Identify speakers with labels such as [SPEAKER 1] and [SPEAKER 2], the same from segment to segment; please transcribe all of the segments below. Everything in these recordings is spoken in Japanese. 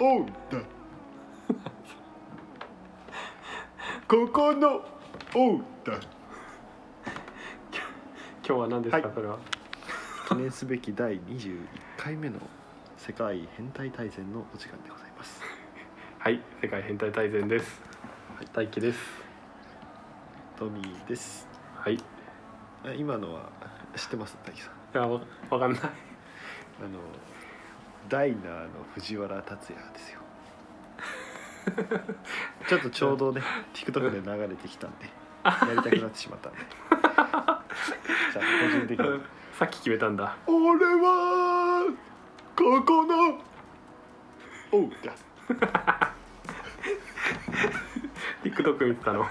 [SPEAKER 1] オンだここのオンだ
[SPEAKER 2] 今日は何ですか、
[SPEAKER 1] はい
[SPEAKER 2] それは
[SPEAKER 3] 記念すべき第21回目の世界変態大全のお時間でございます
[SPEAKER 2] はい世界変態大全です大輝です
[SPEAKER 3] トミーです
[SPEAKER 2] はいい
[SPEAKER 3] あ今のは知ってます大輝さん
[SPEAKER 2] やわわかんない
[SPEAKER 3] あのダイナーの藤原竜也です よちょっとちょうどね TikTok で流れてきたんでやりたくなってしま ったんでじゃあ個人的に
[SPEAKER 2] うんさっき決めたんだ
[SPEAKER 1] 俺はここのオンだ
[SPEAKER 2] TikTok 見てたの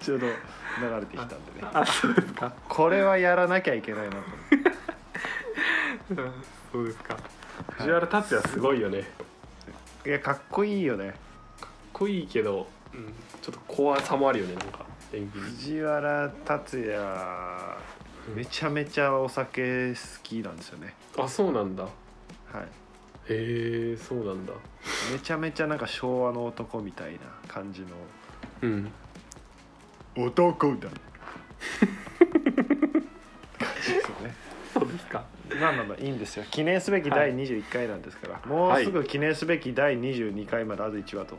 [SPEAKER 3] ちょうど流れてきたんでね
[SPEAKER 2] あそうですか
[SPEAKER 3] これはやらなきゃいけないなと思って
[SPEAKER 2] うんそうですか藤原竜也すごいよねかっ
[SPEAKER 3] いやかっこいいよね
[SPEAKER 2] こいいけど、うん、ちょっと怖さもあるよねなんか演技に
[SPEAKER 3] 藤原竜也めちゃめちゃお酒好きなんですよね
[SPEAKER 2] あそうなんだ
[SPEAKER 3] はい
[SPEAKER 2] へえそうなんだ
[SPEAKER 3] めちゃめちゃなんか昭和の男みたいな感じの
[SPEAKER 2] うん
[SPEAKER 1] 男だ
[SPEAKER 3] 感じですよね
[SPEAKER 2] そうです か
[SPEAKER 3] まあまあまあいいんですよ記念すべき第21回なんですから、もうすぐ記念すべき第22回まであと1話と、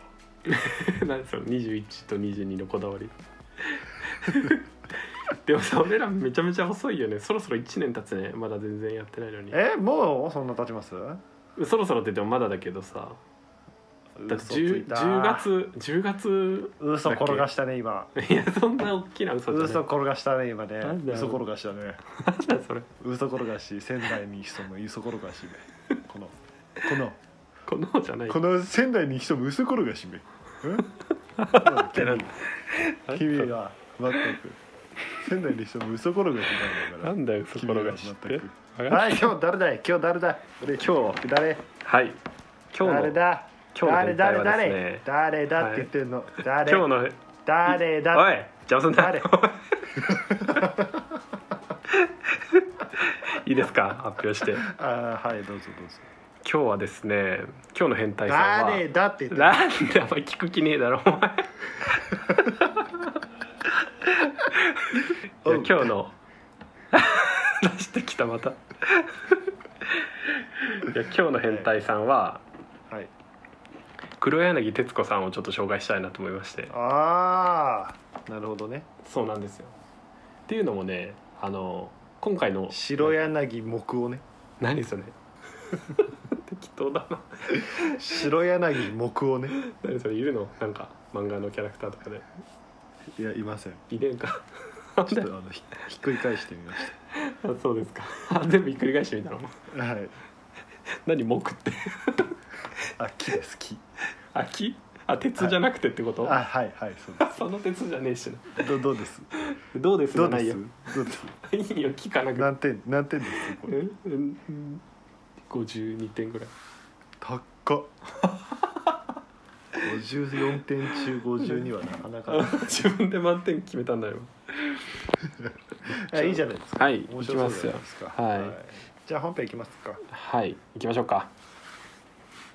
[SPEAKER 2] 何その21と22のこだわり でもさ俺らめちゃめちゃ遅いよねそろそろ1年経つねまだ全然やってないのに
[SPEAKER 3] えもうそんな経ちます
[SPEAKER 2] そろそろって言ってもまだだけどさだって
[SPEAKER 3] 嘘つい
[SPEAKER 2] 10,
[SPEAKER 3] た
[SPEAKER 2] 10月10月
[SPEAKER 3] 嘘転がしたね今
[SPEAKER 2] いやそんな大きな嘘じゃない
[SPEAKER 3] 嘘転がしたね今ね
[SPEAKER 2] なんだよ
[SPEAKER 3] 嘘転がしたね
[SPEAKER 2] なんだそれ
[SPEAKER 3] 嘘転がし仙台に潜む嘘転がしめこのこの
[SPEAKER 2] このじゃない
[SPEAKER 1] この仙台に潜む嘘転がしめ
[SPEAKER 2] ってなんだ
[SPEAKER 3] 君は全く
[SPEAKER 1] 仙台に潜む嘘転がしなんだ
[SPEAKER 2] な
[SPEAKER 1] から
[SPEAKER 2] んだよそころが知って
[SPEAKER 1] 君は全く
[SPEAKER 2] わかっ
[SPEAKER 3] はい今日誰だい今日誰だ俺今日誰
[SPEAKER 2] はい今日
[SPEAKER 3] 誰
[SPEAKER 2] の
[SPEAKER 3] だ
[SPEAKER 2] 今日の
[SPEAKER 3] 誰
[SPEAKER 2] 変態
[SPEAKER 3] 誰
[SPEAKER 2] は
[SPEAKER 3] 誰
[SPEAKER 2] ですね
[SPEAKER 3] 誰だって言ってんの誰
[SPEAKER 2] 今日の
[SPEAKER 3] 誰
[SPEAKER 2] お
[SPEAKER 3] だ
[SPEAKER 2] い邪魔すんな
[SPEAKER 3] 誰
[SPEAKER 2] いいですか発表して今
[SPEAKER 3] あーはいどうぞどうぞ
[SPEAKER 2] 日はですね今日の変態さんは
[SPEAKER 3] 誰だって言ってんの
[SPEAKER 2] なんでお前聞く気ねえだろお前いや今日 の出してきたまたいや今日の変態さんは
[SPEAKER 3] はい
[SPEAKER 2] 黒柳徹子さんをちょっと紹介したいなと思いまして
[SPEAKER 3] ああなるほどね
[SPEAKER 2] そうなんですよっていうのもねあの今回の
[SPEAKER 3] 白柳木をね
[SPEAKER 2] 何それ 適当だな
[SPEAKER 3] 白柳木をね
[SPEAKER 2] 何それいるのなんか漫画のキャラクターとかで
[SPEAKER 3] いやいません
[SPEAKER 2] いねえか
[SPEAKER 3] ちょっとあのひひっくり返してみまし
[SPEAKER 2] あそうですか あ全部ひっくり返してみたの
[SPEAKER 3] たはい
[SPEAKER 2] 何木って
[SPEAKER 3] あ木です木
[SPEAKER 2] あ木あ鉄じゃなくてってこと、
[SPEAKER 3] あはいはいそうで
[SPEAKER 2] その鉄じゃねえしな
[SPEAKER 3] すどどうです
[SPEAKER 2] どうです
[SPEAKER 3] ど
[SPEAKER 2] じ
[SPEAKER 3] う
[SPEAKER 2] ゃ
[SPEAKER 3] で
[SPEAKER 2] ない
[SPEAKER 3] すど
[SPEAKER 2] よ
[SPEAKER 3] うです
[SPEAKER 2] いいよ木かなく
[SPEAKER 3] 何点何点ですこ
[SPEAKER 2] え
[SPEAKER 3] れ
[SPEAKER 2] うんうん52点ぐらい
[SPEAKER 3] 高っ54点中52はなかな か
[SPEAKER 2] あ自分で満点決めたんだよ
[SPEAKER 3] いやいいじゃないですか
[SPEAKER 2] はい
[SPEAKER 3] 面白そうじゃないですか
[SPEAKER 2] 行きますよはい
[SPEAKER 3] じゃあ本編いきますか
[SPEAKER 2] はい行きましょうか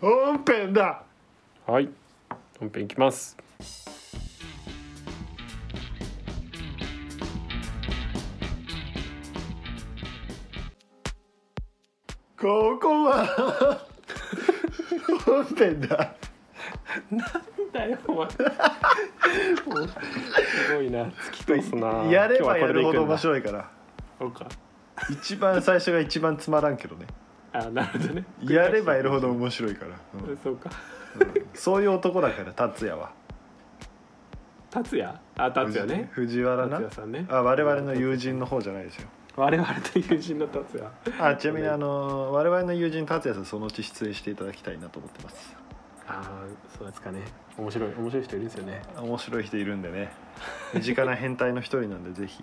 [SPEAKER 3] 本編だ
[SPEAKER 2] はい本編いきます
[SPEAKER 3] ここは 本編だ
[SPEAKER 2] だよお前もうすごいな突き通すな
[SPEAKER 3] やればや
[SPEAKER 2] 今日はこで
[SPEAKER 3] るほど
[SPEAKER 2] 行くんだ
[SPEAKER 3] 面白いから
[SPEAKER 2] そうか
[SPEAKER 3] 一番最初が一番つまらんけ どね
[SPEAKER 2] あなるほどね
[SPEAKER 3] やればやるほど面白いから、うん
[SPEAKER 2] そうか
[SPEAKER 3] そういう男だから達也は
[SPEAKER 2] 達也あ達也ね
[SPEAKER 3] 藤原
[SPEAKER 2] 達
[SPEAKER 3] な
[SPEAKER 2] 也さんね
[SPEAKER 3] あ我々の友人の方じゃないです よ
[SPEAKER 2] 我々と友人の達也
[SPEAKER 3] あちなみにあの我々の友人達也さんそのうち出演していただきたいなと思ってます
[SPEAKER 2] ああそうですかね面白い面白い人いるんですよね
[SPEAKER 3] 面白い人いるんでね身近な変態の一人なんでぜ ひ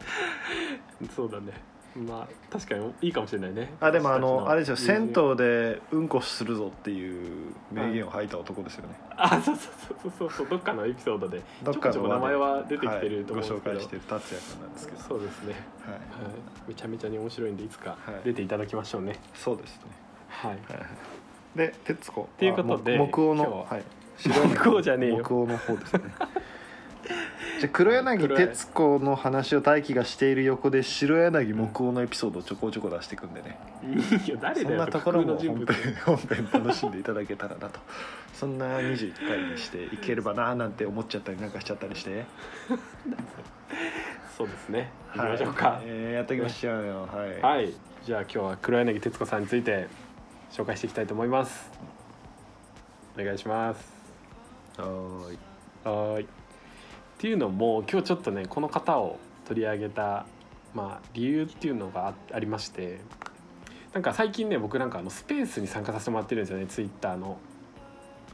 [SPEAKER 2] そうだねまあ確かにいいかもしれないね
[SPEAKER 3] あでもあのあれですよ銭
[SPEAKER 2] 湯
[SPEAKER 3] 湯でうんこするぞっていう名言を吐いた男ですよね、
[SPEAKER 2] あそうそうそうそうそうどっかのエピソードで
[SPEAKER 3] どっか
[SPEAKER 2] ちょ
[SPEAKER 3] の
[SPEAKER 2] こちょこ
[SPEAKER 3] 話
[SPEAKER 2] 名
[SPEAKER 3] で
[SPEAKER 2] 前は出てきてると思う
[SPEAKER 3] はい
[SPEAKER 2] んです
[SPEAKER 3] ご
[SPEAKER 2] け
[SPEAKER 3] 紹
[SPEAKER 2] ど
[SPEAKER 3] 介してる達也さんなんですけど、
[SPEAKER 2] そうですね、
[SPEAKER 3] はい、
[SPEAKER 2] はい、めちゃめちゃに面白いんでいつか
[SPEAKER 3] はい
[SPEAKER 2] 出ていただきましょうね
[SPEAKER 3] そうですね
[SPEAKER 2] はい、
[SPEAKER 3] はいで徹子って
[SPEAKER 2] いうことで
[SPEAKER 3] 木木王
[SPEAKER 2] 今日
[SPEAKER 3] の
[SPEAKER 2] は
[SPEAKER 3] はい
[SPEAKER 2] 木王じゃねえよ
[SPEAKER 3] 木王の方ですね じゃあ黒柳
[SPEAKER 2] 黒柳
[SPEAKER 3] 徹子の話を大輝がしている横で白柳木王のエピソードをちょこちょこ出していくんでね、
[SPEAKER 2] いいよ誰
[SPEAKER 3] そ
[SPEAKER 2] だ
[SPEAKER 3] ん
[SPEAKER 2] よ
[SPEAKER 3] なところも
[SPEAKER 2] 架空
[SPEAKER 3] 本
[SPEAKER 2] の人
[SPEAKER 3] 編
[SPEAKER 2] 物
[SPEAKER 3] 本編楽しんでいただけたらなとそんな21回にしていければななんて思っちゃったりなんかしちゃったりして
[SPEAKER 2] そうですね行きましょうか
[SPEAKER 3] はいえーやっていきましょうよはい、
[SPEAKER 2] はい、じゃあ今日は黒柳徹子さんについて紹介していきたいと思いますお願いします
[SPEAKER 3] はーい
[SPEAKER 2] はーいっていうのも今日ちょっとねこの方を取り上げた、まあ、理由っていうのがあありましてなんか最近ね僕なんかあのスペースに参加させてもらってるんですよねツイッターの。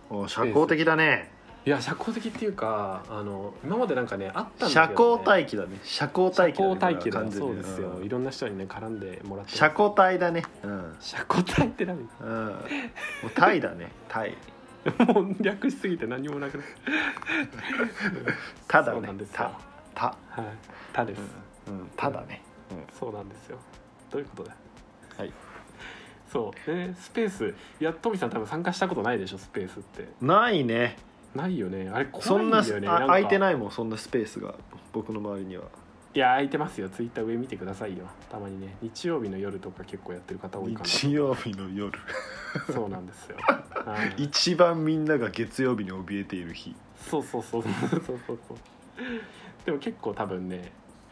[SPEAKER 3] お社交的だね
[SPEAKER 2] いや社交的っていうかあの今までなんかねあったんだけど、ね、
[SPEAKER 3] 社交待機だね社交
[SPEAKER 2] 社
[SPEAKER 3] 待機だね
[SPEAKER 2] 交体系だ、
[SPEAKER 3] 完全
[SPEAKER 2] そ
[SPEAKER 3] に
[SPEAKER 2] うですよ、
[SPEAKER 3] うん
[SPEAKER 2] いろんな人にね絡んでもらってます
[SPEAKER 3] 社交体だねうん
[SPEAKER 2] 社交体って何
[SPEAKER 3] うんもうタイだねタイ
[SPEAKER 2] もう略しすぎて何もなくなった
[SPEAKER 3] ただ
[SPEAKER 2] そう
[SPEAKER 3] ね
[SPEAKER 2] なんです
[SPEAKER 3] た
[SPEAKER 2] よ
[SPEAKER 3] た
[SPEAKER 2] はい、たです、
[SPEAKER 3] うん、うん、ただね
[SPEAKER 2] そうなんですよどういうことだ
[SPEAKER 3] はい
[SPEAKER 2] そうえースペースいやトミさん多分参加したことないでしょスペースって
[SPEAKER 3] ないね
[SPEAKER 2] ないよねあれ怖
[SPEAKER 3] そ
[SPEAKER 2] い
[SPEAKER 3] ん
[SPEAKER 2] ん
[SPEAKER 3] な
[SPEAKER 2] だよね
[SPEAKER 3] あ空いて
[SPEAKER 2] い
[SPEAKER 3] ないもんそんなスペースが僕の周りにはい
[SPEAKER 2] や空いてますよツイッター上見てくださいよたまにね日曜日の夜とか結構やってる方多いか
[SPEAKER 3] 日曜日の夜
[SPEAKER 2] なそうなんですよ、はい、
[SPEAKER 3] 一番みんなが月曜日に怯えている日
[SPEAKER 2] そうそうそうそうそうそうそうでも結構多分ね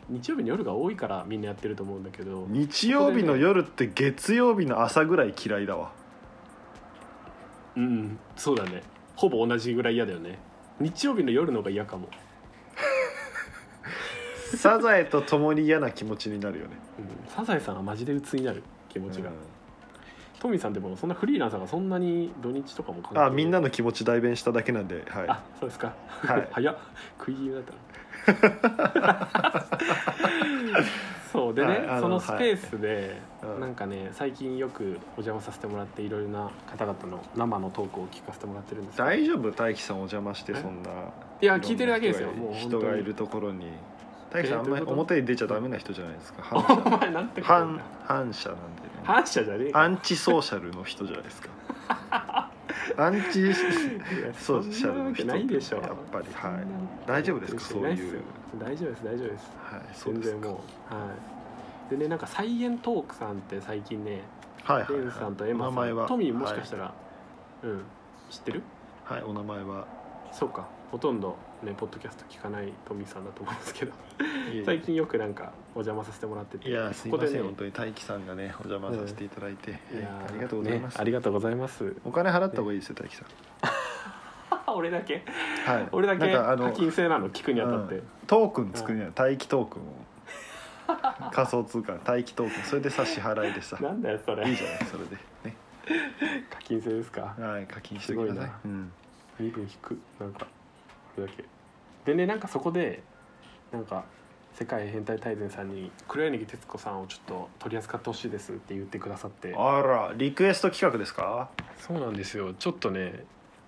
[SPEAKER 2] 日曜日の夜が多いからみんなやってると思うんだけど
[SPEAKER 3] 日曜日の夜って月曜日の朝ぐらい嫌いだわ
[SPEAKER 2] うんそうだねほぼ同じぐらい嫌だよね日曜日の夜の方が嫌かも
[SPEAKER 3] サザエと共に嫌な気持ちになるよね
[SPEAKER 2] うんサザエさんはマジで鬱になる気持ちが、
[SPEAKER 3] うん
[SPEAKER 2] トミーさんでもそんなフリーランサーがそんなに土日とかも関係
[SPEAKER 3] あみんなの気持ち代弁しただけなんではい
[SPEAKER 2] あそうですか、
[SPEAKER 3] はい
[SPEAKER 2] 早っ食い気味だった なそうでね、
[SPEAKER 3] はいあの
[SPEAKER 2] そのスペースで、
[SPEAKER 3] はいうん
[SPEAKER 2] なんかね最近よくお邪魔させてもらっていろいろな方々の生のトークを聞かせてもらってるんですけど
[SPEAKER 3] 大丈夫大樹さんお邪魔してそんない
[SPEAKER 2] や聞いてるだけですよ
[SPEAKER 3] いろん
[SPEAKER 2] も
[SPEAKER 3] な
[SPEAKER 2] う
[SPEAKER 3] 人が人がいるところに大樹さんあんまり
[SPEAKER 2] えどういうこと
[SPEAKER 3] 表に出ちゃダメな人じゃないですか
[SPEAKER 2] 本
[SPEAKER 3] 反社
[SPEAKER 2] 当にお前なんてこと言うん
[SPEAKER 3] 反
[SPEAKER 2] だ
[SPEAKER 3] 反社なんでね
[SPEAKER 2] 反射じゃねえか
[SPEAKER 3] アンチソーシャルの人じゃないです かアンチ
[SPEAKER 2] いや
[SPEAKER 3] ソーシャ
[SPEAKER 2] そ
[SPEAKER 3] ル
[SPEAKER 2] んな
[SPEAKER 3] の
[SPEAKER 2] わけ
[SPEAKER 3] 人
[SPEAKER 2] ないでしょ
[SPEAKER 3] やっぱり
[SPEAKER 2] そんな
[SPEAKER 3] は
[SPEAKER 2] わ
[SPEAKER 3] い大丈夫ですか
[SPEAKER 2] そ
[SPEAKER 3] そ
[SPEAKER 2] んな
[SPEAKER 3] う
[SPEAKER 2] わけない
[SPEAKER 3] いう
[SPEAKER 2] 大丈夫です大丈夫です
[SPEAKER 3] はいそう
[SPEAKER 2] 全
[SPEAKER 3] です
[SPEAKER 2] 然
[SPEAKER 3] か
[SPEAKER 2] もうはいでねなんかサイエントークさんって最近ね
[SPEAKER 3] はいはい
[SPEAKER 2] レ
[SPEAKER 3] はい
[SPEAKER 2] ンさんとエマさん、
[SPEAKER 3] お名前は
[SPEAKER 2] トミーもしかしたら、うん知ってる
[SPEAKER 3] はいはいお名前は
[SPEAKER 2] そうかほとんどねポッドキャスト聞かないトミーさんだと思うんですけど
[SPEAKER 3] いえいえ
[SPEAKER 2] 最近よくなんかお邪魔させてもらってて
[SPEAKER 3] いやすいません
[SPEAKER 2] こ
[SPEAKER 3] 本
[SPEAKER 2] こ
[SPEAKER 3] 当に大樹さんがねお邪魔させていただいて
[SPEAKER 2] でねいや
[SPEAKER 3] あ
[SPEAKER 2] ー
[SPEAKER 3] りがとうございま
[SPEAKER 2] ね
[SPEAKER 3] す
[SPEAKER 2] ありがとうございます
[SPEAKER 3] お金払った方がいいですよ大樹さん
[SPEAKER 2] 俺だけ
[SPEAKER 3] はい、
[SPEAKER 2] 俺だけ
[SPEAKER 3] なんかあ
[SPEAKER 2] 課
[SPEAKER 3] の
[SPEAKER 2] 金制なの聞くにあたって、
[SPEAKER 3] うんトークン作るんや待機トークンを仮想通貨待機トークンそれでさ支払いでさい
[SPEAKER 2] なんだよそれ
[SPEAKER 3] いじゃないそれでね
[SPEAKER 2] 課金制ですか
[SPEAKER 3] はい課金してくだ
[SPEAKER 2] すご
[SPEAKER 3] さ
[SPEAKER 2] い
[SPEAKER 3] い
[SPEAKER 2] な
[SPEAKER 3] うん
[SPEAKER 2] 身分引くなんかこれだけでねなんかそこでなんか世界変態大全さんに黒柳徹子さんをちょっと取り扱ってほしいですって言ってくださって
[SPEAKER 3] あらリクエスト企画ですか
[SPEAKER 2] そうなんですよちょっとね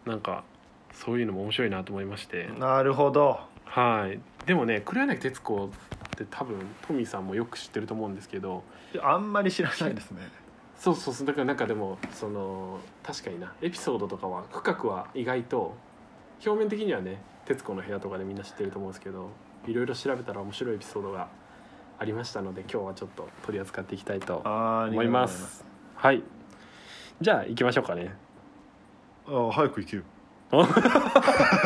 [SPEAKER 2] なんかそういうのも面白いなと思いまして
[SPEAKER 3] なるほど
[SPEAKER 2] はいでもね黒柳徹子って多分トミーさんもよく知ってると思うんですけど
[SPEAKER 3] あんまり知らないですね
[SPEAKER 2] そうそうそうだからなんかでもその確かになエピソードとかは深くは意外と表面的にはね『徹子の部屋』とかでみんな知ってると思うんですけどいろいろ調べたら面白いエピソードがありましたので今日はちょっと取り扱っていきたいと
[SPEAKER 3] あーありがと
[SPEAKER 2] 思いう
[SPEAKER 3] ござ
[SPEAKER 2] ますはいじゃあ行きましょうかね
[SPEAKER 3] あー早く行けよ
[SPEAKER 2] お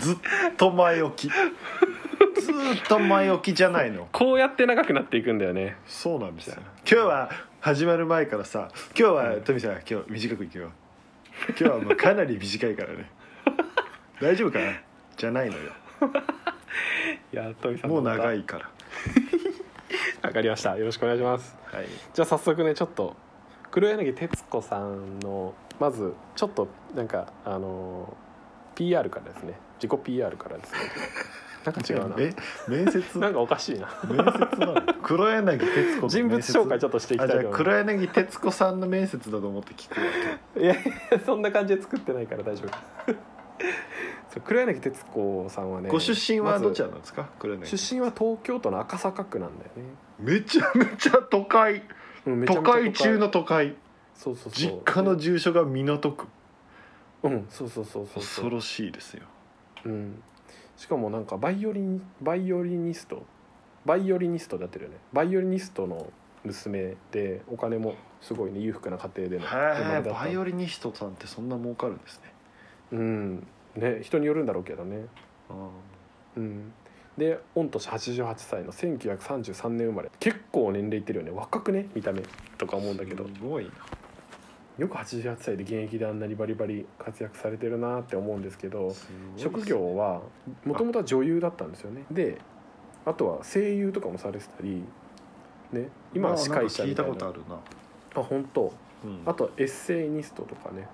[SPEAKER 3] ずっと前置きずっと前置きじゃないの
[SPEAKER 2] こうやって長くなっていくんだよね
[SPEAKER 3] そうなんですよ
[SPEAKER 2] じゃ
[SPEAKER 3] 今日は始まる前からさ今日は富さん今日短くいくよ今日はもうかなり短いから ね大丈夫かなじゃないのよ
[SPEAKER 2] いやトミさん
[SPEAKER 3] もう長
[SPEAKER 2] い
[SPEAKER 3] いから
[SPEAKER 2] わかりましたよろしくお願いします
[SPEAKER 3] はい
[SPEAKER 2] じゃあ早速ねちょっと黒柳徹子さんのまずちょっとなんかあの PR からですね自己 PR か らですねなんか違うな
[SPEAKER 3] え面接
[SPEAKER 2] な
[SPEAKER 3] 面
[SPEAKER 2] んかおかしいな
[SPEAKER 3] 接なの黒柳徹子の
[SPEAKER 2] 人物
[SPEAKER 3] 面接
[SPEAKER 2] 紹介ちょっとしていきた
[SPEAKER 3] あ
[SPEAKER 2] い
[SPEAKER 3] じ
[SPEAKER 2] と
[SPEAKER 3] ゃあ
[SPEAKER 2] 思います
[SPEAKER 3] 黒柳徹子さんの面接だと思って聞くわ
[SPEAKER 2] いやいやそんな感じで作ってないから大丈夫 そう黒柳徹子さんはね
[SPEAKER 3] ご出身はどちら
[SPEAKER 2] ま
[SPEAKER 3] なんですか黒
[SPEAKER 2] ず
[SPEAKER 3] 柳
[SPEAKER 2] 出身は東京都の赤坂区なんだよね
[SPEAKER 3] めちゃめちゃ都会
[SPEAKER 2] うんめちゃ
[SPEAKER 3] 都
[SPEAKER 2] めちゃ
[SPEAKER 3] 会中の都会
[SPEAKER 2] そうそうそう
[SPEAKER 3] 実家の住所が港区
[SPEAKER 2] うんそうそうそうそうそう
[SPEAKER 3] 恐ろしいですよ
[SPEAKER 2] うん、しかもなんかバイオリンバイオリニストバイオリニストだってるよねバイオリニストの娘でお金もすごいね裕福な家庭での生ま
[SPEAKER 3] へ
[SPEAKER 2] れ
[SPEAKER 3] え
[SPEAKER 2] だった
[SPEAKER 3] バイオリニストさんってそんな儲かるんですね
[SPEAKER 2] うんね人によるんだろうけどねうんで御年88歳の1933年生まれ結構年齢いってるよね若くね見た目とか思うんだけど
[SPEAKER 3] すごいな
[SPEAKER 2] よく88歳で現役であんなにバリバリ活躍されてるなって思うんですけど
[SPEAKER 3] すごい
[SPEAKER 2] 職業はもともとは女優だったんですよねであとは声優とかもされてたり、ね、今は司会者
[SPEAKER 3] 聞
[SPEAKER 2] み
[SPEAKER 3] い
[SPEAKER 2] た
[SPEAKER 3] た
[SPEAKER 2] いな
[SPEAKER 3] ことあるな、
[SPEAKER 2] あ本当
[SPEAKER 3] うん
[SPEAKER 2] あとはエッセイニストとかね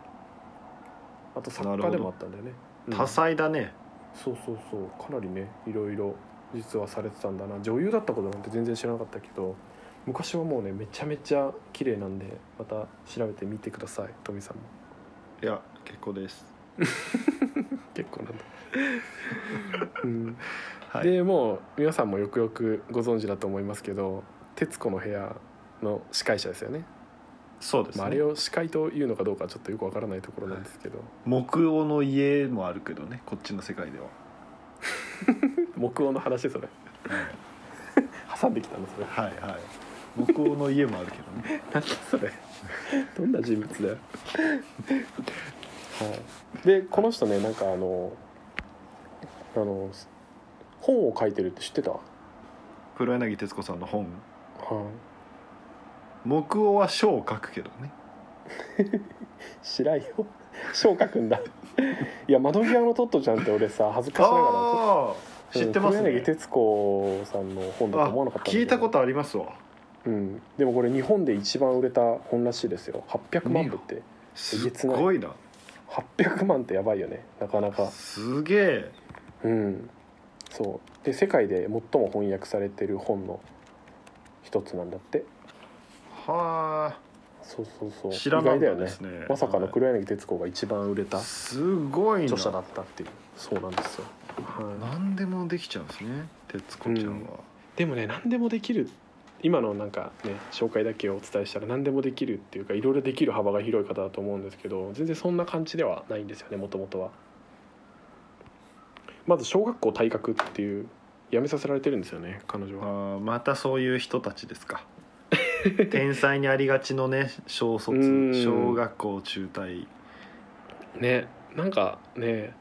[SPEAKER 2] あと作家でもあったんだよね、うん
[SPEAKER 3] 多彩だね、
[SPEAKER 2] そうそうそうかなりねいろいろ実はされてたんだな女優だったことなんて全然知らなかったけど昔はもうねめちゃめちゃ綺麗なんでまた調べてみてください富さんも
[SPEAKER 3] いや結構です
[SPEAKER 2] 結 構なんだ、うん
[SPEAKER 3] はい
[SPEAKER 2] でもう皆さんもよくよくご存知だと思いますけど『徹子の部屋』の司会者ですよね
[SPEAKER 3] そうですね、
[SPEAKER 2] まあ、あれを司会というのかどうかちょっとよくわからないところなんですけど、
[SPEAKER 3] 木曜の家もあるけどねこっちの世界では
[SPEAKER 2] 木曜の話それ 挟んできたのそれ
[SPEAKER 3] はいはい木曜の家もあるけど ね
[SPEAKER 2] 何それどんな人物だよ、 はい、でこの人ねなんかあのあの本を書いてるって知ってた、は
[SPEAKER 3] 黒柳徹子さんの本木曜は書を書くけどね
[SPEAKER 2] い、知らんよ 書書くんだいや窓際のトットちゃんって俺さ恥ずかしながら
[SPEAKER 3] あー知ってます
[SPEAKER 2] うん黒
[SPEAKER 3] ね
[SPEAKER 2] 柳徹子さんの本だと
[SPEAKER 3] あ
[SPEAKER 2] 思わなかったんだけど
[SPEAKER 3] 聞いたことありますわ
[SPEAKER 2] うん、でもこれ日本で一番売れた本らしいですよ800万部って
[SPEAKER 3] すっごいな
[SPEAKER 2] 800万ってやばいよねなかなか
[SPEAKER 3] すげえ
[SPEAKER 2] うんそうで世界で最も翻訳されてる本の一つなんだって
[SPEAKER 3] は
[SPEAKER 2] そうそうそう
[SPEAKER 3] あ知らなか
[SPEAKER 2] 意
[SPEAKER 3] っ
[SPEAKER 2] 外だ
[SPEAKER 3] た
[SPEAKER 2] よね
[SPEAKER 3] ですね
[SPEAKER 2] まさかの
[SPEAKER 3] はい
[SPEAKER 2] 黒柳徹子が一番売れた
[SPEAKER 3] すごい
[SPEAKER 2] 著者だ
[SPEAKER 3] な
[SPEAKER 2] ったっていうそうなんですよ、はい、
[SPEAKER 3] 何でもできちゃうんですね徹子ちゃんは、
[SPEAKER 2] でもね何でもできる今のなんかね紹介だけをお伝えしたら何でもできるっていうかいろいろできる幅が広い方だと思うんですけど全然そんな感じではないんですよねもともとは。まず小学校退学っていう辞めさせられてるんですよね彼女
[SPEAKER 3] あ
[SPEAKER 2] は。
[SPEAKER 3] ーまたそういう人たちです か天才にありがちのね小卒
[SPEAKER 2] うん
[SPEAKER 3] 小学校中退
[SPEAKER 2] ねなんかね